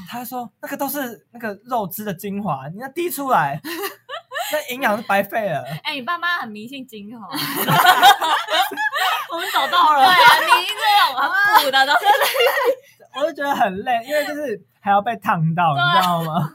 [SPEAKER 2] 他说那个都是那个肉汁的精华，你那滴出
[SPEAKER 1] [laughs]
[SPEAKER 2] 来，那营养是白费了。
[SPEAKER 1] 哎，你爸妈很迷信哦精
[SPEAKER 3] [laughs]
[SPEAKER 1] 华，
[SPEAKER 3] 我们找到了，
[SPEAKER 1] 啊，你这种 [laughs] 很补的都是
[SPEAKER 2] 我就觉得很累，因为就是还要被烫到，你知道吗？ [laughs]
[SPEAKER 3] 汤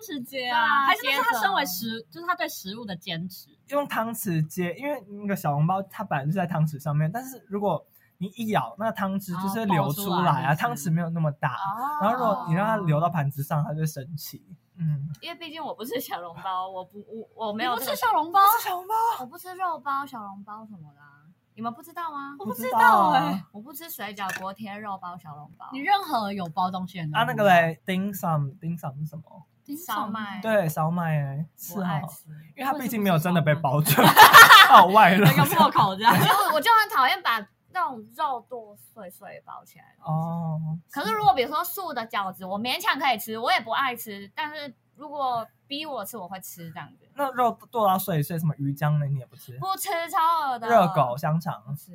[SPEAKER 3] 匙接
[SPEAKER 1] 对啊
[SPEAKER 3] 啊，还是那是
[SPEAKER 1] 接
[SPEAKER 3] 他
[SPEAKER 1] 着
[SPEAKER 3] 身为食，就是他对食物的坚持。
[SPEAKER 2] 用汤匙接，因为那个小笼包它本来就是在汤匙上面，但是如果你一咬，那个汤汁就是会流出
[SPEAKER 3] 哦爆出
[SPEAKER 2] 来啊，
[SPEAKER 3] 来
[SPEAKER 2] 汤匙没有那么大。
[SPEAKER 1] 哦
[SPEAKER 2] 然后如果你让它流到盘子上，它就会生气。嗯，
[SPEAKER 1] 因为毕竟我不吃小笼包，我不我我没
[SPEAKER 3] 你
[SPEAKER 1] 有
[SPEAKER 3] 不
[SPEAKER 1] 这
[SPEAKER 3] 吃
[SPEAKER 1] 个，
[SPEAKER 3] 哦小笼包，
[SPEAKER 2] 小笼包
[SPEAKER 1] 我不吃肉包、小笼包什么的啊，你们不知道吗？
[SPEAKER 3] 我
[SPEAKER 2] 不
[SPEAKER 3] 不
[SPEAKER 2] 知
[SPEAKER 3] 知
[SPEAKER 2] 道
[SPEAKER 3] 道
[SPEAKER 2] 啊
[SPEAKER 3] 哎，
[SPEAKER 1] 我不吃水饺、锅贴、肉包、小笼包
[SPEAKER 3] 你，任何有包东西的
[SPEAKER 2] 啊，那个嘞，dim sum，dim sum 是什么？
[SPEAKER 3] 你
[SPEAKER 1] 烧麦
[SPEAKER 2] 对，烧麦哎，是
[SPEAKER 1] 我爱
[SPEAKER 2] 哦，
[SPEAKER 1] 吃。
[SPEAKER 2] 因为它毕竟没有真的被包住， [laughs] 它有外露。
[SPEAKER 3] 那个破口 [laughs] 这样。
[SPEAKER 1] 因为我就很讨厌把那种肉剁碎碎包起来。
[SPEAKER 2] 哦，
[SPEAKER 1] 可是如果比如说素的饺子，我勉强可以吃，我也不爱吃，但是如果逼我吃，我会吃这样子。
[SPEAKER 2] 那肉剁到碎碎，什么鱼浆呢？你也不吃？
[SPEAKER 1] 不吃超恶的
[SPEAKER 2] 热狗、香
[SPEAKER 1] 不
[SPEAKER 2] 肠、
[SPEAKER 1] 吃，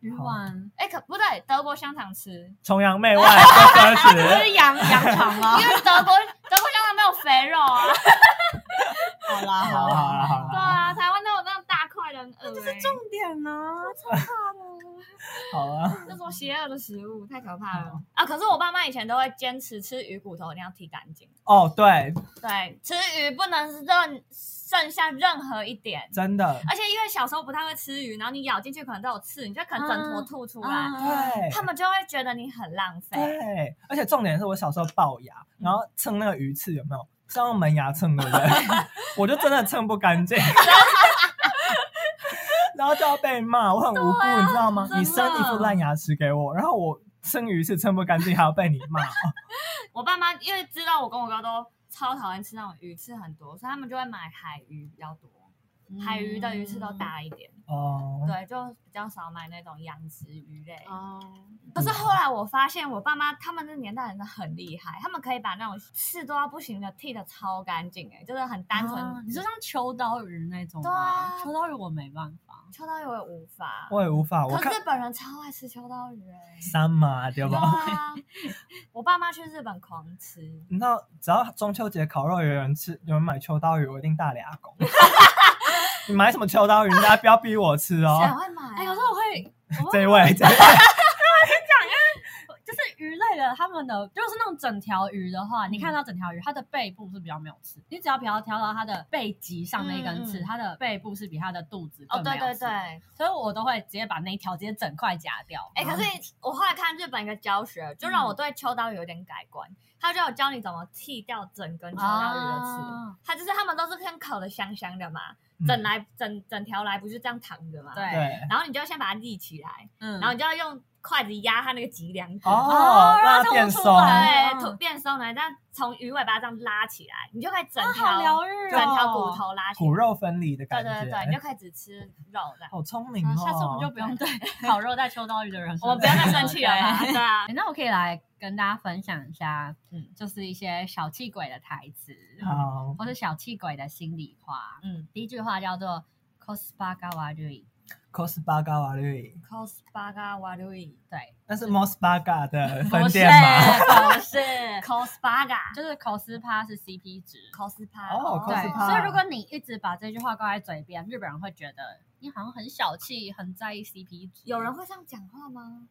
[SPEAKER 3] 鱼丸，
[SPEAKER 1] 哎、可不对，德国香肠吃，
[SPEAKER 2] 崇洋媚外，不奢
[SPEAKER 3] 这
[SPEAKER 2] 侈。
[SPEAKER 3] 是羊羊肠啊
[SPEAKER 1] [laughs] 因。为德国德国香肠没有肥肉啊。
[SPEAKER 3] 好啦
[SPEAKER 2] 好啦好啦好
[SPEAKER 1] 对
[SPEAKER 2] 啦，
[SPEAKER 1] 啊，台湾都有那种大块的，很恶、欸。这
[SPEAKER 3] 重点呢，
[SPEAKER 2] 好啊，
[SPEAKER 1] 这种邪恶的食物太可怕了啊！可是我爸妈以前都会坚持吃鱼骨头一定要剃干净，
[SPEAKER 2] 哦，对，
[SPEAKER 1] 对，吃鱼不能剩剩下任何一点，
[SPEAKER 2] 真的，
[SPEAKER 1] 而且因为小时候不太会吃鱼，然后你咬进去可能都有刺，你就可能整坨吐出来，
[SPEAKER 3] 嗯
[SPEAKER 2] 对
[SPEAKER 1] 他们就会觉得你很浪费。
[SPEAKER 2] 对，而且重点是我小时候龅牙，然后蹭那个鱼刺有没有？是要用门牙蹭对不
[SPEAKER 1] [laughs]
[SPEAKER 2] 对？我就真的蹭不干净，然后就要被骂，我很无辜，你知道吗？
[SPEAKER 1] 真的
[SPEAKER 2] 你生一副烂牙齿给我，然后我生鱼刺蹭不干净，还要被你骂，
[SPEAKER 1] 我爸妈因为知道我跟我哥都超讨厌吃那种鱼刺很多，所以他们就会买海鱼比较多，
[SPEAKER 3] 嗯
[SPEAKER 1] 海鱼的鱼刺都。大一点，
[SPEAKER 2] 哦，
[SPEAKER 1] 对，就比较少买那种养殖鱼类。
[SPEAKER 3] 哦，
[SPEAKER 1] 可是后来我发现，我爸妈他们那年代人真的很厉害，他们可以把那种刺都要不行的剃的超干净，哎，就是很单纯。
[SPEAKER 3] 啊你就像秋刀鱼那种
[SPEAKER 1] 对
[SPEAKER 3] 吗？
[SPEAKER 1] 啊
[SPEAKER 3] 秋刀鱼我没办法，
[SPEAKER 1] 秋刀鱼我也无法，
[SPEAKER 2] 我也无法，我
[SPEAKER 1] 可
[SPEAKER 2] 看
[SPEAKER 1] 日本人超爱吃秋刀鱼哎、
[SPEAKER 2] 三嘛，对
[SPEAKER 1] 对
[SPEAKER 2] 吧？
[SPEAKER 1] 啊，我爸妈去日本狂吃，
[SPEAKER 2] 你知道，只要中秋节烤肉有人吃，有人买秋刀鱼，我一定大俩
[SPEAKER 3] [laughs]
[SPEAKER 2] 拱。你买什么秋刀鱼？大家不要逼我吃
[SPEAKER 1] 谁
[SPEAKER 2] 哦。
[SPEAKER 1] 会买、啊？
[SPEAKER 3] 哎，可是我会
[SPEAKER 2] [laughs] 这一
[SPEAKER 3] [laughs]
[SPEAKER 2] 位，这一位，
[SPEAKER 3] 就是鱼类的，他们的就是那种整条鱼的话，你
[SPEAKER 1] 嗯
[SPEAKER 3] 看到整条鱼，它的背部是比较没有刺，你只要不要挑到它的背脊上那根刺，
[SPEAKER 1] 嗯嗯
[SPEAKER 3] 它的背部是比它的肚子
[SPEAKER 1] 哦，
[SPEAKER 3] 更没
[SPEAKER 1] 对
[SPEAKER 3] 有
[SPEAKER 1] 对
[SPEAKER 3] 刺
[SPEAKER 1] 对，哎、
[SPEAKER 3] 所以我都会直接把那一条直接整块夹掉。
[SPEAKER 1] 可是我后来看日本一个教学，就
[SPEAKER 3] 嗯
[SPEAKER 1] 让我对秋刀鱼有点改观。他就有教你怎么剃掉整根秋刀鱼的刺，
[SPEAKER 3] 啊
[SPEAKER 1] 他就是他们都是先烤的香香的嘛，
[SPEAKER 2] 嗯
[SPEAKER 1] 整来整整条来不是这样躺着嘛，
[SPEAKER 3] 对
[SPEAKER 2] 对，
[SPEAKER 1] 然后你就要先把它立起来，
[SPEAKER 3] 嗯
[SPEAKER 1] 然后你就要用筷子压它那个脊梁骨，
[SPEAKER 2] 哦，让它
[SPEAKER 3] 它
[SPEAKER 2] 变
[SPEAKER 3] 吐出
[SPEAKER 2] 松，
[SPEAKER 3] 来
[SPEAKER 1] 对，吐变松了，但从鱼尾巴这样拉起来，你就可以整
[SPEAKER 3] 啊
[SPEAKER 1] 条、
[SPEAKER 3] 好疗愈
[SPEAKER 1] 整
[SPEAKER 3] 哦，
[SPEAKER 1] 条骨。头拉起来，
[SPEAKER 2] 骨肉分离的
[SPEAKER 1] 对
[SPEAKER 2] 感觉。
[SPEAKER 1] 对对，你就可以只吃肉这样。
[SPEAKER 2] 好聪明
[SPEAKER 3] 啊
[SPEAKER 2] 哦。
[SPEAKER 3] 下次我们就不用对烤肉带秋刀鱼的 [laughs] 人生气，
[SPEAKER 1] 我们不要再生气了啦，对啊
[SPEAKER 3] [laughs] 对。，那我可以来跟大家分享一下，
[SPEAKER 1] 嗯
[SPEAKER 3] 就是一些小气鬼的台词，
[SPEAKER 2] 好，
[SPEAKER 3] 或是小气鬼的心里话。
[SPEAKER 1] 嗯，
[SPEAKER 3] 第一句话叫做 “cospa g a w a r i
[SPEAKER 2] cos 八嘎瓦瑞，
[SPEAKER 1] cos 八嘎瓦六一
[SPEAKER 3] 对，
[SPEAKER 2] 那是 mos 八嘎的分
[SPEAKER 3] 不是
[SPEAKER 2] 店吗？
[SPEAKER 3] 不是，
[SPEAKER 1] cos 八嘎
[SPEAKER 3] [laughs] 就是口斯帕是 CP 值。
[SPEAKER 1] cos 八
[SPEAKER 2] 哦
[SPEAKER 3] 对，
[SPEAKER 2] cos 趴
[SPEAKER 3] 所以如果你一直把这句话挂在嘴边，日本人会觉得你好像很小气，很在意 CP 值。
[SPEAKER 1] 有人会这样讲话吗？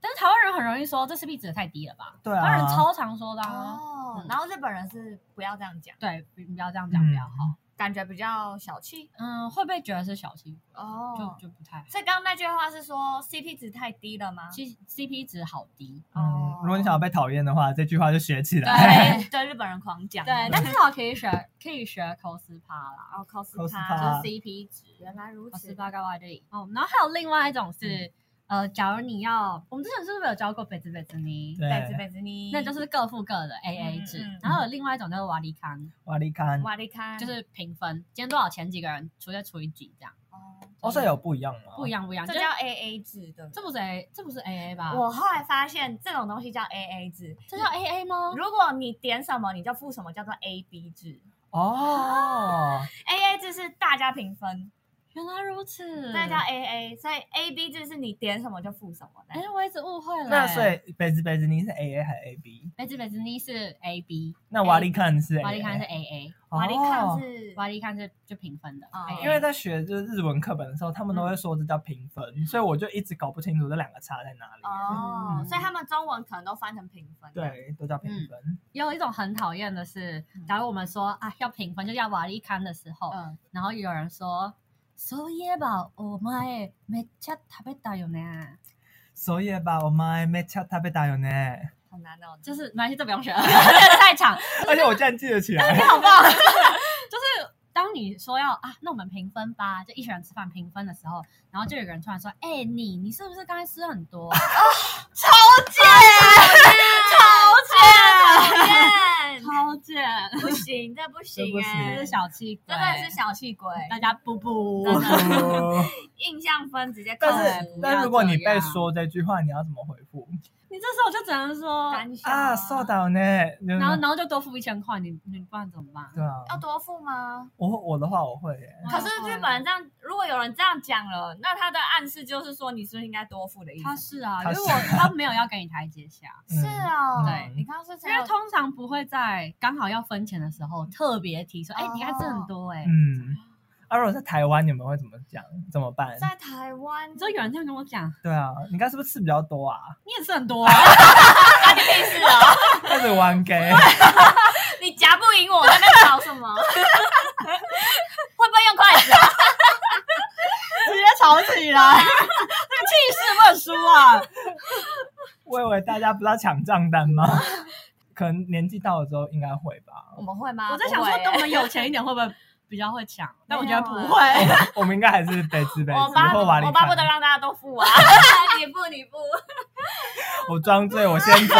[SPEAKER 3] 但是台湾人很容易说这 CP 值太低了吧？
[SPEAKER 2] 对
[SPEAKER 3] 台湾人
[SPEAKER 2] 啊，
[SPEAKER 3] 超常说的啊。
[SPEAKER 1] 哦
[SPEAKER 3] 嗯，
[SPEAKER 1] 然后日本人是不要这样讲，
[SPEAKER 3] 对，不不要这样讲比较好。
[SPEAKER 1] 感觉比较小气
[SPEAKER 3] 嗯，会不会觉得是小气？
[SPEAKER 1] 哦
[SPEAKER 3] 就。就不太好。
[SPEAKER 1] 所以刚刚那句话是说 CP 值太低了吗？哦
[SPEAKER 3] 其实 CP 值好低。
[SPEAKER 2] 嗯，如果你想要被讨厌的话，这句话就学起来。 [laughs]
[SPEAKER 1] [laughs] 对对，日本人狂讲
[SPEAKER 3] 对，但至少可以学，可以学口斯帕啦，
[SPEAKER 1] 哦 cos
[SPEAKER 2] cos
[SPEAKER 3] 就
[SPEAKER 2] 趴
[SPEAKER 1] 趴
[SPEAKER 3] 是
[SPEAKER 2] 啊
[SPEAKER 3] CP 值。
[SPEAKER 1] 原来如
[SPEAKER 3] 哦，十
[SPEAKER 1] 此，
[SPEAKER 3] 八高瓦这里。哦，然后还有另外一种是，呃，假如你要，我们之前是不是有教过贝兹贝兹尼？
[SPEAKER 1] 贝兹
[SPEAKER 2] 对，
[SPEAKER 1] 贝兹尼，
[SPEAKER 3] 那就是各付各的 A A 制。
[SPEAKER 1] 嗯嗯
[SPEAKER 3] 然后有另外一种叫做瓦利康，
[SPEAKER 2] 瓦利康，
[SPEAKER 1] 瓦利卡，
[SPEAKER 3] 就是平分，今天多少钱几个人，除再除以几这样，
[SPEAKER 1] 哦，
[SPEAKER 2] 哦，这有不一样吗？
[SPEAKER 3] 不一
[SPEAKER 2] 样，
[SPEAKER 3] 样不一样。
[SPEAKER 1] 这
[SPEAKER 3] 就是
[SPEAKER 1] 叫 AA 制的。
[SPEAKER 3] 这不是 A，这不是 A A 吧？
[SPEAKER 1] 我后来发现这种东西叫 AA 制，
[SPEAKER 3] 这叫 A A 吗？
[SPEAKER 1] 如果你点什么你就付什么，叫做 AB 制。
[SPEAKER 2] 哦，
[SPEAKER 1] AA 制是大家平分，
[SPEAKER 3] 原来如此，
[SPEAKER 1] 那叫 AA，所以 AB 制是你点什么就付什么的。
[SPEAKER 3] 哎，我一直误会了。
[SPEAKER 2] 那所以贝兹贝兹尼是 A A 还是 A B？
[SPEAKER 3] 贝兹贝兹尼是 A B，
[SPEAKER 2] 那瓦利康是 AA
[SPEAKER 3] 瓦利康是 A A，
[SPEAKER 1] 瓦力看
[SPEAKER 2] 哦
[SPEAKER 1] 是
[SPEAKER 3] 瓦利康是就平分的
[SPEAKER 1] 哦。
[SPEAKER 3] AA
[SPEAKER 2] 因为在学就是日文课本的时候，他们都会说这叫评分，所以我就一直搞不清楚这两个差在哪里。
[SPEAKER 1] 哦
[SPEAKER 3] 嗯，
[SPEAKER 1] 所以他们中文可能都翻成平分。，
[SPEAKER 2] 对，都叫评分。
[SPEAKER 3] 也有一种很讨厌的是，假如我们说啊要平分，就要瓦利康的时候，
[SPEAKER 1] 嗯，
[SPEAKER 3] 然后有人说，そういえばお前めっちゃ食べたよ
[SPEAKER 1] 嗯
[SPEAKER 3] ね，
[SPEAKER 2] 所以吧，我们没吃特别大有呢，
[SPEAKER 1] 好难哦，就
[SPEAKER 3] 就是是
[SPEAKER 1] [laughs]
[SPEAKER 3] 没关系，这不用学了，太长，
[SPEAKER 2] 而且我竟然记得起来。
[SPEAKER 3] 好不好？ [laughs] 就是当你说要啊，那我们平分吧，就一群人吃饭平分的时候，然后就有个人突然说，哎、你你是不是刚才吃很多？
[SPEAKER 1] 超贱，
[SPEAKER 3] 超贱，
[SPEAKER 1] [laughs] 不行，这不行
[SPEAKER 2] 这不
[SPEAKER 1] 哎，
[SPEAKER 2] 行
[SPEAKER 3] 这是小气鬼，
[SPEAKER 1] 真的是小气鬼，
[SPEAKER 3] 大家布布。
[SPEAKER 1] 真的
[SPEAKER 2] 哦
[SPEAKER 1] 印象分直接扣
[SPEAKER 2] 但是
[SPEAKER 1] 五，
[SPEAKER 2] 但如果你被说这句话，你要怎么回复
[SPEAKER 3] 你这时候就只能说，
[SPEAKER 1] 单向
[SPEAKER 2] 啊？受到呢？然
[SPEAKER 3] 然后然后就多付一千块，你你不然怎么办？
[SPEAKER 2] 对啊，
[SPEAKER 1] 要多付吗？
[SPEAKER 2] 我我的话我会耶，
[SPEAKER 3] 嗯
[SPEAKER 1] 可是日本人这样，如果有人这样讲了，那他的暗示就是说你是不是应该多付的意思？
[SPEAKER 3] 他是啊，
[SPEAKER 2] 他
[SPEAKER 3] 因
[SPEAKER 2] 是
[SPEAKER 3] 为我他没有要给你台阶 [laughs] 下，
[SPEAKER 2] 嗯
[SPEAKER 1] 是哦，
[SPEAKER 2] 对
[SPEAKER 1] 你刚刚是
[SPEAKER 3] 因为通常不会在刚好要分钱的时候特别提说，哎、
[SPEAKER 1] 哦
[SPEAKER 3] 你还挣很多哎、
[SPEAKER 2] 嗯。啊，如果在台湾，你们会怎么讲？怎么办？
[SPEAKER 1] 在台湾
[SPEAKER 3] 你知道有人这样跟我讲，
[SPEAKER 2] 对啊，你刚是不是吃比较多啊？
[SPEAKER 3] 你也是很 [laughs] 多啊，
[SPEAKER 1] 干你屁事哦，
[SPEAKER 2] 开始玩
[SPEAKER 1] [laughs]
[SPEAKER 2] gay，
[SPEAKER 1] 你夹不赢我，在那边搞什么？会不会用筷子啊？
[SPEAKER 3] 直接吵起来，那个气势不输 [laughs] 啊。
[SPEAKER 2] 我以为大家不知道抢账单
[SPEAKER 1] [laughs]
[SPEAKER 2] 吗？可能年纪到了之后应该会吧
[SPEAKER 1] 我。们会吗？
[SPEAKER 3] 我在想说，等我们有钱一啊点，会不啊会比较会抢？但我觉得不
[SPEAKER 1] 没有
[SPEAKER 3] 会。
[SPEAKER 2] 我们应该还是北资北
[SPEAKER 1] 我
[SPEAKER 2] 资
[SPEAKER 1] 巴
[SPEAKER 2] 或瓦里
[SPEAKER 1] 我巴不得
[SPEAKER 2] 卡
[SPEAKER 1] 让大家都付啊！你付你付，
[SPEAKER 2] 我装醉，我先
[SPEAKER 1] [laughs]
[SPEAKER 2] 走。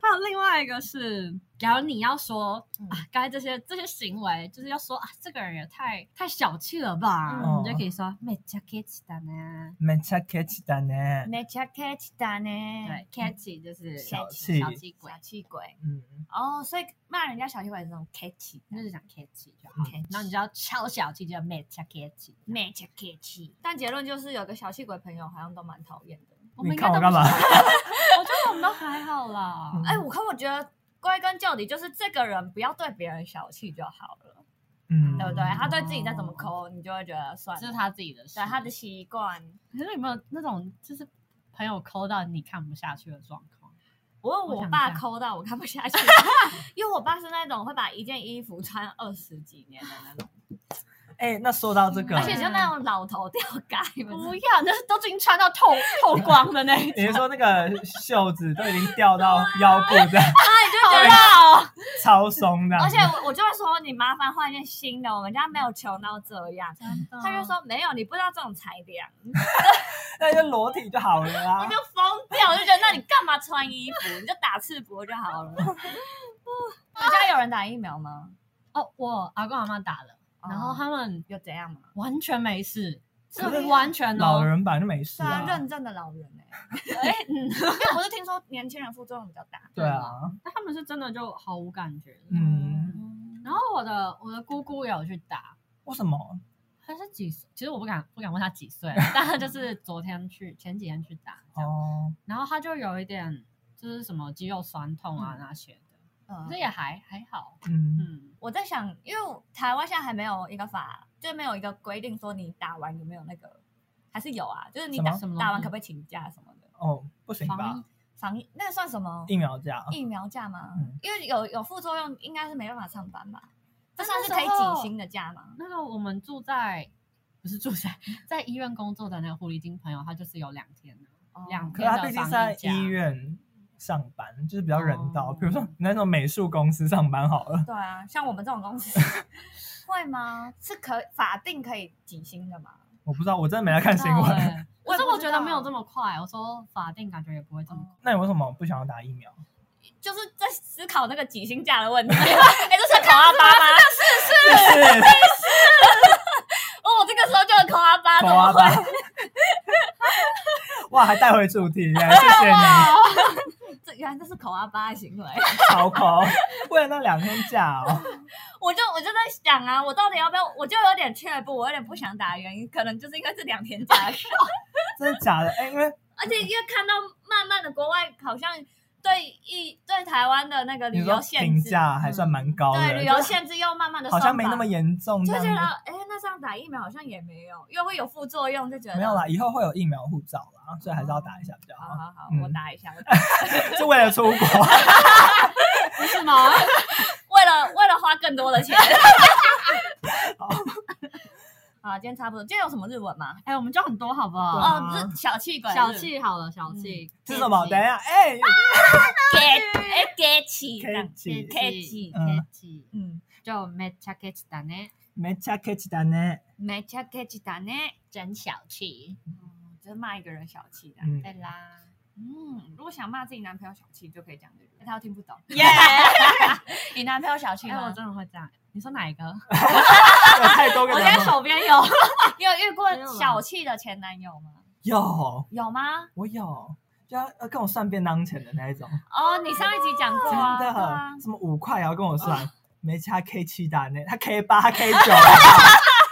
[SPEAKER 3] 还有另外一个是，假如你要说
[SPEAKER 1] 嗯
[SPEAKER 3] 啊，刚才这些这些行为，就是要说啊，这个人也太太小气了吧，
[SPEAKER 2] 嗯
[SPEAKER 3] 你就可以说めっちゃケチだね。
[SPEAKER 2] 没吃 catch 的呢，
[SPEAKER 1] 没吃 catch 的呢，
[SPEAKER 3] 对，catchy 就是
[SPEAKER 1] 小
[SPEAKER 3] 嗯
[SPEAKER 2] 气
[SPEAKER 3] 小气鬼
[SPEAKER 1] 小，气鬼
[SPEAKER 2] 嗯，
[SPEAKER 1] 哦，所以骂人家小气鬼是那种 catch，
[SPEAKER 3] 那就讲 catchy 就好
[SPEAKER 1] Catchy。
[SPEAKER 3] 然后你就要超小气，就叫 m e t a catchy。
[SPEAKER 1] 没吃 catch。但结论就是，有个小气鬼朋友好像都蛮讨厌的。
[SPEAKER 3] 我们
[SPEAKER 2] 你
[SPEAKER 3] 应该
[SPEAKER 2] 看
[SPEAKER 3] 都
[SPEAKER 2] 我
[SPEAKER 3] 不
[SPEAKER 2] 干嘛？
[SPEAKER 3] 是？ [laughs] 我觉得我们都还好啦。
[SPEAKER 2] 嗯
[SPEAKER 1] 哎，我可我觉得归根究底就是这个人不要对别人小气就好了，
[SPEAKER 2] 嗯，
[SPEAKER 1] 对不对？他对自己再怎么抠，你就会觉得算
[SPEAKER 3] 这是
[SPEAKER 1] 了。
[SPEAKER 3] 他自己的事。
[SPEAKER 1] 对他的习惯，
[SPEAKER 3] 可是有没有那种就是朋友抠到你看不下去的状况？
[SPEAKER 1] 我问
[SPEAKER 3] 我
[SPEAKER 1] 我
[SPEAKER 3] 想
[SPEAKER 1] 爸
[SPEAKER 3] 一下
[SPEAKER 1] 抠到我看不下去， [laughs] 因为我爸是那种会把一件衣服穿二十几年的那种，
[SPEAKER 2] 哎，那说到这个
[SPEAKER 1] 而，且就那种老头吊嘎，你们知道
[SPEAKER 3] 不要，那是都已经穿 [laughs] 到透透光的那一种，
[SPEAKER 2] 你是说那个袖子都已经掉
[SPEAKER 1] [laughs]
[SPEAKER 2] 到
[SPEAKER 1] 啊
[SPEAKER 2] 腰部这样，
[SPEAKER 3] 好辣哦！
[SPEAKER 2] 超松的，
[SPEAKER 1] 而且我我就会说你麻烦换一件新的，我们家没有穷到这样。
[SPEAKER 3] 嗯
[SPEAKER 1] 他就说没有，你不知道这种裁量，你
[SPEAKER 2] 那就裸体就好了啊
[SPEAKER 1] 就。疯掉。我就觉得那你干嘛穿衣服？你就打赤膊就好 [laughs] 了。你们家有人打疫苗吗？
[SPEAKER 3] 哦，我阿公阿妈打了，
[SPEAKER 1] 哦
[SPEAKER 3] 然后他们
[SPEAKER 1] 又怎样嘛？
[SPEAKER 3] 完全没事，
[SPEAKER 2] 可
[SPEAKER 3] 是
[SPEAKER 2] 是
[SPEAKER 3] 完全
[SPEAKER 2] 老
[SPEAKER 3] 哦。
[SPEAKER 2] 人版就没事
[SPEAKER 1] 对啊，
[SPEAKER 2] 啊，
[SPEAKER 1] 认证的老人哎、
[SPEAKER 3] [laughs] 哎，嗯，
[SPEAKER 1] 因为我是听说年轻人副作用比较大。
[SPEAKER 2] 对啊，
[SPEAKER 3] 但他们是真的就毫无感觉。
[SPEAKER 2] 嗯，
[SPEAKER 3] 然后我的我的姑姑也有去打，
[SPEAKER 2] 为什么？
[SPEAKER 3] 他是几岁？其实我不敢不敢问他几岁啊， [laughs] 但他就是昨天去前几天去打这样，
[SPEAKER 2] 哦，
[SPEAKER 3] 然后他就有一点就是什么肌肉酸痛啊那些的，
[SPEAKER 1] 嗯
[SPEAKER 3] 可是也还还好，
[SPEAKER 2] 嗯，
[SPEAKER 3] 嗯，
[SPEAKER 1] 我在想，因为台湾现在还没有一个法，就是没有一个规定说你打完有没有那个，还是有啊，就是你打
[SPEAKER 3] 什么
[SPEAKER 1] 打完可不可以请假什么的，
[SPEAKER 2] 哦，不行
[SPEAKER 3] 防
[SPEAKER 2] 吧
[SPEAKER 3] 疫？
[SPEAKER 1] 防疫那个算什么
[SPEAKER 2] 疫苗价，
[SPEAKER 1] 疫苗假吗？
[SPEAKER 2] 嗯
[SPEAKER 1] 因为有有副作用，应该是没办法上班吧？这
[SPEAKER 3] 但
[SPEAKER 1] 算
[SPEAKER 3] 那
[SPEAKER 1] 是
[SPEAKER 3] 时
[SPEAKER 1] 可以
[SPEAKER 3] 候
[SPEAKER 1] 几薪的假吗？
[SPEAKER 3] 那个我们住在不是住在 [laughs] 在医院工作的那个狐狸精朋友，他就是有两天啊的，两
[SPEAKER 2] 可
[SPEAKER 3] 天的
[SPEAKER 2] 是他毕竟
[SPEAKER 3] 防疫
[SPEAKER 2] 是在
[SPEAKER 3] 假
[SPEAKER 2] 医院上班，就是比较人道。
[SPEAKER 3] 哦
[SPEAKER 2] 比如说你在那种美术公司上班好了，
[SPEAKER 1] 对啊，像我们这种公司会吗？是可法定可以几薪的吗？
[SPEAKER 2] 我不知道，我真的没在看新闻。
[SPEAKER 3] 对。我
[SPEAKER 1] 我也不知道
[SPEAKER 3] 说我觉得没有这么快，我说法定感觉也不会这么快。
[SPEAKER 1] 嗯
[SPEAKER 2] 那你为什么不想要打疫苗？
[SPEAKER 1] 就是在思考那个几薪假的问题。哎、这是考阿巴吗？
[SPEAKER 2] 是
[SPEAKER 1] 哦，我这个时候就有考阿巴，怎
[SPEAKER 2] 头
[SPEAKER 1] 么
[SPEAKER 2] 啊
[SPEAKER 1] 会
[SPEAKER 2] 吧？ [laughs] 哇，还带回主题耶！谢谢
[SPEAKER 1] [laughs]
[SPEAKER 2] 你，
[SPEAKER 1] 这原来这是口阿巴的行为，
[SPEAKER 2] 超抠，为了那两天假哦。
[SPEAKER 1] 我就我就在想啊，我到底要不要？我就有点却步，我有点不想打的原因，可能就是因为这两天假期，
[SPEAKER 2] 真的假的？哎、因为
[SPEAKER 1] 而且因为看到慢慢的国外好像对一对台湾的那个旅
[SPEAKER 2] 你说
[SPEAKER 1] 游限
[SPEAKER 2] 评
[SPEAKER 1] 制，嗯
[SPEAKER 2] 价还算蛮高的，
[SPEAKER 1] 对旅
[SPEAKER 2] 就
[SPEAKER 1] 游限制又慢慢的
[SPEAKER 2] 好像没那么严重，
[SPEAKER 1] 就
[SPEAKER 2] 这
[SPEAKER 1] 觉
[SPEAKER 2] 样
[SPEAKER 1] 得
[SPEAKER 2] 子。
[SPEAKER 1] 哎、那这样打疫苗好像也没有，又会有副作用，就觉得
[SPEAKER 2] [laughs] 没有。啦，以后会有疫苗护照啦，所以还是要打一下比较
[SPEAKER 1] 好
[SPEAKER 2] 好，
[SPEAKER 1] 好好，
[SPEAKER 2] 嗯
[SPEAKER 1] 我打一下，我打一
[SPEAKER 2] [laughs]
[SPEAKER 1] 下
[SPEAKER 2] 是为了出国。
[SPEAKER 3] 不是吗？
[SPEAKER 1] 为了为了花更多的钱。
[SPEAKER 2] [laughs] 好
[SPEAKER 1] [laughs] 好，今天差不多。今天有什么日文吗？
[SPEAKER 3] 哎、我们就很多好不好？
[SPEAKER 2] 对啊
[SPEAKER 1] 哦，日小气鬼，
[SPEAKER 3] 小气好了，小气、
[SPEAKER 2] 嗯是什么？等一
[SPEAKER 3] 下，
[SPEAKER 2] 下，哎、
[SPEAKER 1] 给哎给气这
[SPEAKER 2] 可以
[SPEAKER 1] 样，
[SPEAKER 2] 起。
[SPEAKER 1] ケ
[SPEAKER 3] ケチ
[SPEAKER 1] チ
[SPEAKER 2] うん
[SPEAKER 3] ケチ
[SPEAKER 1] 嗯，
[SPEAKER 3] 就めっちゃケチだね，
[SPEAKER 2] めっちゃケチだね。
[SPEAKER 1] めちゃケチだね。
[SPEAKER 3] 真小气。
[SPEAKER 1] 嗯，就是骂一个人小气的。
[SPEAKER 2] 嗯，
[SPEAKER 3] 对啦，
[SPEAKER 1] 嗯，如果想骂自己男朋友小气，就可以讲这个，他又听不懂。 [laughs]
[SPEAKER 3] 耶！
[SPEAKER 1] 你男朋友小气
[SPEAKER 3] 哎，我
[SPEAKER 1] 吗？
[SPEAKER 3] 真的会这样。你说哪一个？
[SPEAKER 2] 有太多个
[SPEAKER 3] 我
[SPEAKER 2] 人
[SPEAKER 3] 现在
[SPEAKER 2] 了。
[SPEAKER 3] 手边有。
[SPEAKER 1] [laughs] 你有遇过
[SPEAKER 3] 没有啊
[SPEAKER 1] 小气的前男友吗？
[SPEAKER 2] 有，
[SPEAKER 1] 有吗？
[SPEAKER 2] 我有，就要要跟我算便当钱的那一种，
[SPEAKER 1] 哦，你上一集讲过
[SPEAKER 2] 真
[SPEAKER 1] 啊，
[SPEAKER 2] 的，
[SPEAKER 1] 对啊，
[SPEAKER 2] 什么五块也要跟我算，没加 K 七打呢，他 K 八，他 K 九，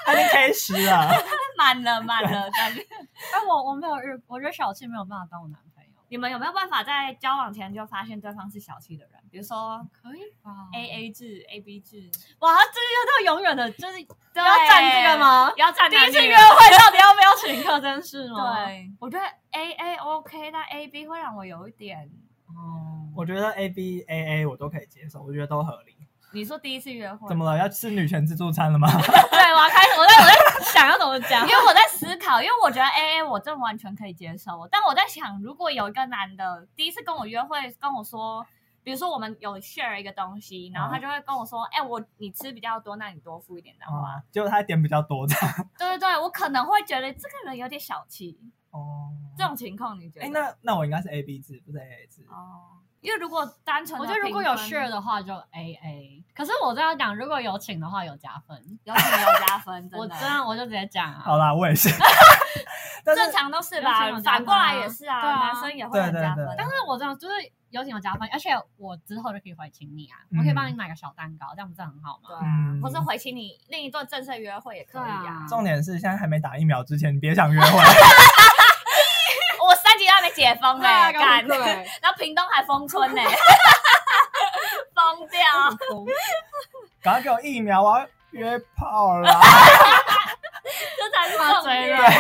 [SPEAKER 2] 他已经 K 十了。
[SPEAKER 1] 满了满 [laughs] 了，感觉。
[SPEAKER 3] [laughs] 哎，我我没有日，我觉得小气没有办法当我男朋友。
[SPEAKER 1] 你们有没有办法在交往前就发现对方是小气的人？比如说
[SPEAKER 3] 可以吧
[SPEAKER 1] A A 制、A B 制，
[SPEAKER 3] 哇，这个要到永远的，就是
[SPEAKER 1] 对
[SPEAKER 3] 要站这个吗？
[SPEAKER 1] 要站
[SPEAKER 3] 第
[SPEAKER 1] 男
[SPEAKER 3] 一
[SPEAKER 1] 女
[SPEAKER 3] 次约会到底要不要请客这件事吗？，
[SPEAKER 1] 对，我觉得 A A OK，但 A B 会让我有一点。
[SPEAKER 3] 哦，
[SPEAKER 2] 我觉得 A B A A 我都可以接受，我觉得都合理。
[SPEAKER 1] 你说第一次约会
[SPEAKER 2] 怎？么了？要吃女权自助餐了吗？
[SPEAKER 3] 对，我要开始，我在我在想要怎么讲
[SPEAKER 1] 因。为我在思考，因为我觉得 A A 我真的完全可以接受，但我在想，如果有一个男的第一次跟我约会，跟我说，比如说我们有 share 一个东西，然
[SPEAKER 2] 嗯
[SPEAKER 1] 后他就会跟我说，哎、我你吃比较多，那你多付一点的话，
[SPEAKER 2] 啊，结果他点比较多的。
[SPEAKER 1] 对对对，我可能会觉得这个人有点小气。
[SPEAKER 2] 哦，
[SPEAKER 1] 这种情况你觉得？
[SPEAKER 2] 哎，那那我应该是 A B 制，不是 A A 制。
[SPEAKER 1] 哦，因为如果
[SPEAKER 3] [laughs]
[SPEAKER 1] 单纯
[SPEAKER 3] 我
[SPEAKER 1] 地
[SPEAKER 3] 觉得
[SPEAKER 1] 评分，
[SPEAKER 3] 如果有 share 的话就 A A，可是我这样讲，如果有请的话有加分。
[SPEAKER 1] 有请有加分，
[SPEAKER 3] [laughs] 我
[SPEAKER 1] 真的
[SPEAKER 3] 真的我就直接讲啊，
[SPEAKER 2] 好啦，我也
[SPEAKER 1] [laughs]
[SPEAKER 2] 是。但
[SPEAKER 1] 正
[SPEAKER 2] 是
[SPEAKER 1] 常都是
[SPEAKER 3] 有请
[SPEAKER 1] 吧
[SPEAKER 3] 有，加
[SPEAKER 1] 反过来
[SPEAKER 3] 分啊
[SPEAKER 1] 也是啊，
[SPEAKER 3] 对啊
[SPEAKER 1] 男生也会很
[SPEAKER 2] 对对
[SPEAKER 1] 加
[SPEAKER 2] 对啊
[SPEAKER 1] 分。啊
[SPEAKER 3] 但是我这样就是有请有加分，而且我之后就可以回请你啊，
[SPEAKER 2] 嗯
[SPEAKER 3] 我可以帮你买个小蛋糕，这样不是很好
[SPEAKER 1] 对
[SPEAKER 3] 吗？
[SPEAKER 1] 啊，
[SPEAKER 2] 嗯
[SPEAKER 1] 或是回请你另一段正式约会也可以
[SPEAKER 3] 对
[SPEAKER 1] 啊
[SPEAKER 3] 啊。
[SPEAKER 2] 重点是现在还没打疫苗之前，你别想约会。
[SPEAKER 1] 我三级都还没解封
[SPEAKER 3] 对啊
[SPEAKER 1] 哎，
[SPEAKER 3] 搞
[SPEAKER 1] 干
[SPEAKER 3] 不对，
[SPEAKER 1] [laughs]
[SPEAKER 3] [laughs]
[SPEAKER 1] 然后屏东还封村 [laughs] 呢，疯掉。
[SPEAKER 2] 赶快给我疫苗，我要约炮
[SPEAKER 1] [laughs]
[SPEAKER 2] 啦！
[SPEAKER 1] 这才是
[SPEAKER 3] 他
[SPEAKER 1] 重
[SPEAKER 3] 嘴
[SPEAKER 1] 点
[SPEAKER 3] 软，，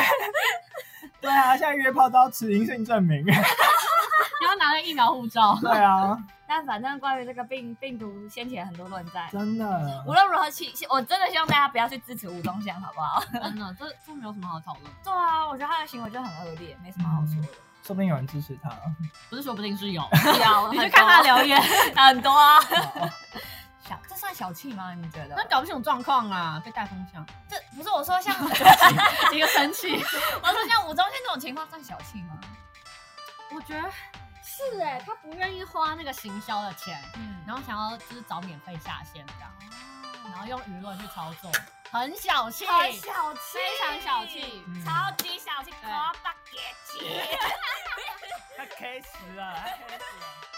[SPEAKER 2] 对啊，现在约炮都要持阴性证明。 [laughs]
[SPEAKER 3] 你要拿着疫苗护照。
[SPEAKER 2] 对啊，
[SPEAKER 1] 但反正关于这个病病毒，掀起了很多论战。
[SPEAKER 2] 真的
[SPEAKER 1] 无。论如何，其其我真的希望大家不要去支持吴宗宪，好不好？
[SPEAKER 3] [laughs] 真的，这这没有什么好讨论，
[SPEAKER 1] 对啊，我觉得他的行为就很恶劣，没什么好说 [laughs] 的。
[SPEAKER 2] 说不定有人支持
[SPEAKER 1] [laughs]
[SPEAKER 2] 他。
[SPEAKER 3] 不是说不定是有，
[SPEAKER 1] 对 [laughs] 啊，
[SPEAKER 3] 你去看他留言，
[SPEAKER 1] 言，很多啊。
[SPEAKER 2] 好
[SPEAKER 1] 小，这算小气吗？你觉得？
[SPEAKER 3] [laughs] 那搞不清楚状况啊，被带风 [laughs] 向，
[SPEAKER 1] 这不是我说像， [laughs] 我
[SPEAKER 3] 一个生气。
[SPEAKER 1] 说像吴宗宪这种情况算小气吗？
[SPEAKER 3] 我觉得是哎、他不愿意花那个行销的钱，
[SPEAKER 1] 嗯，
[SPEAKER 3] 然后想要就是找免费下线这样，然后用舆论去操作，很小气，
[SPEAKER 1] 很小气，
[SPEAKER 3] 非常小气。
[SPEAKER 2] 嗯
[SPEAKER 1] 超级小气，
[SPEAKER 3] 对
[SPEAKER 1] 夸大给气。
[SPEAKER 2] 他 K 十了，他 K 十了。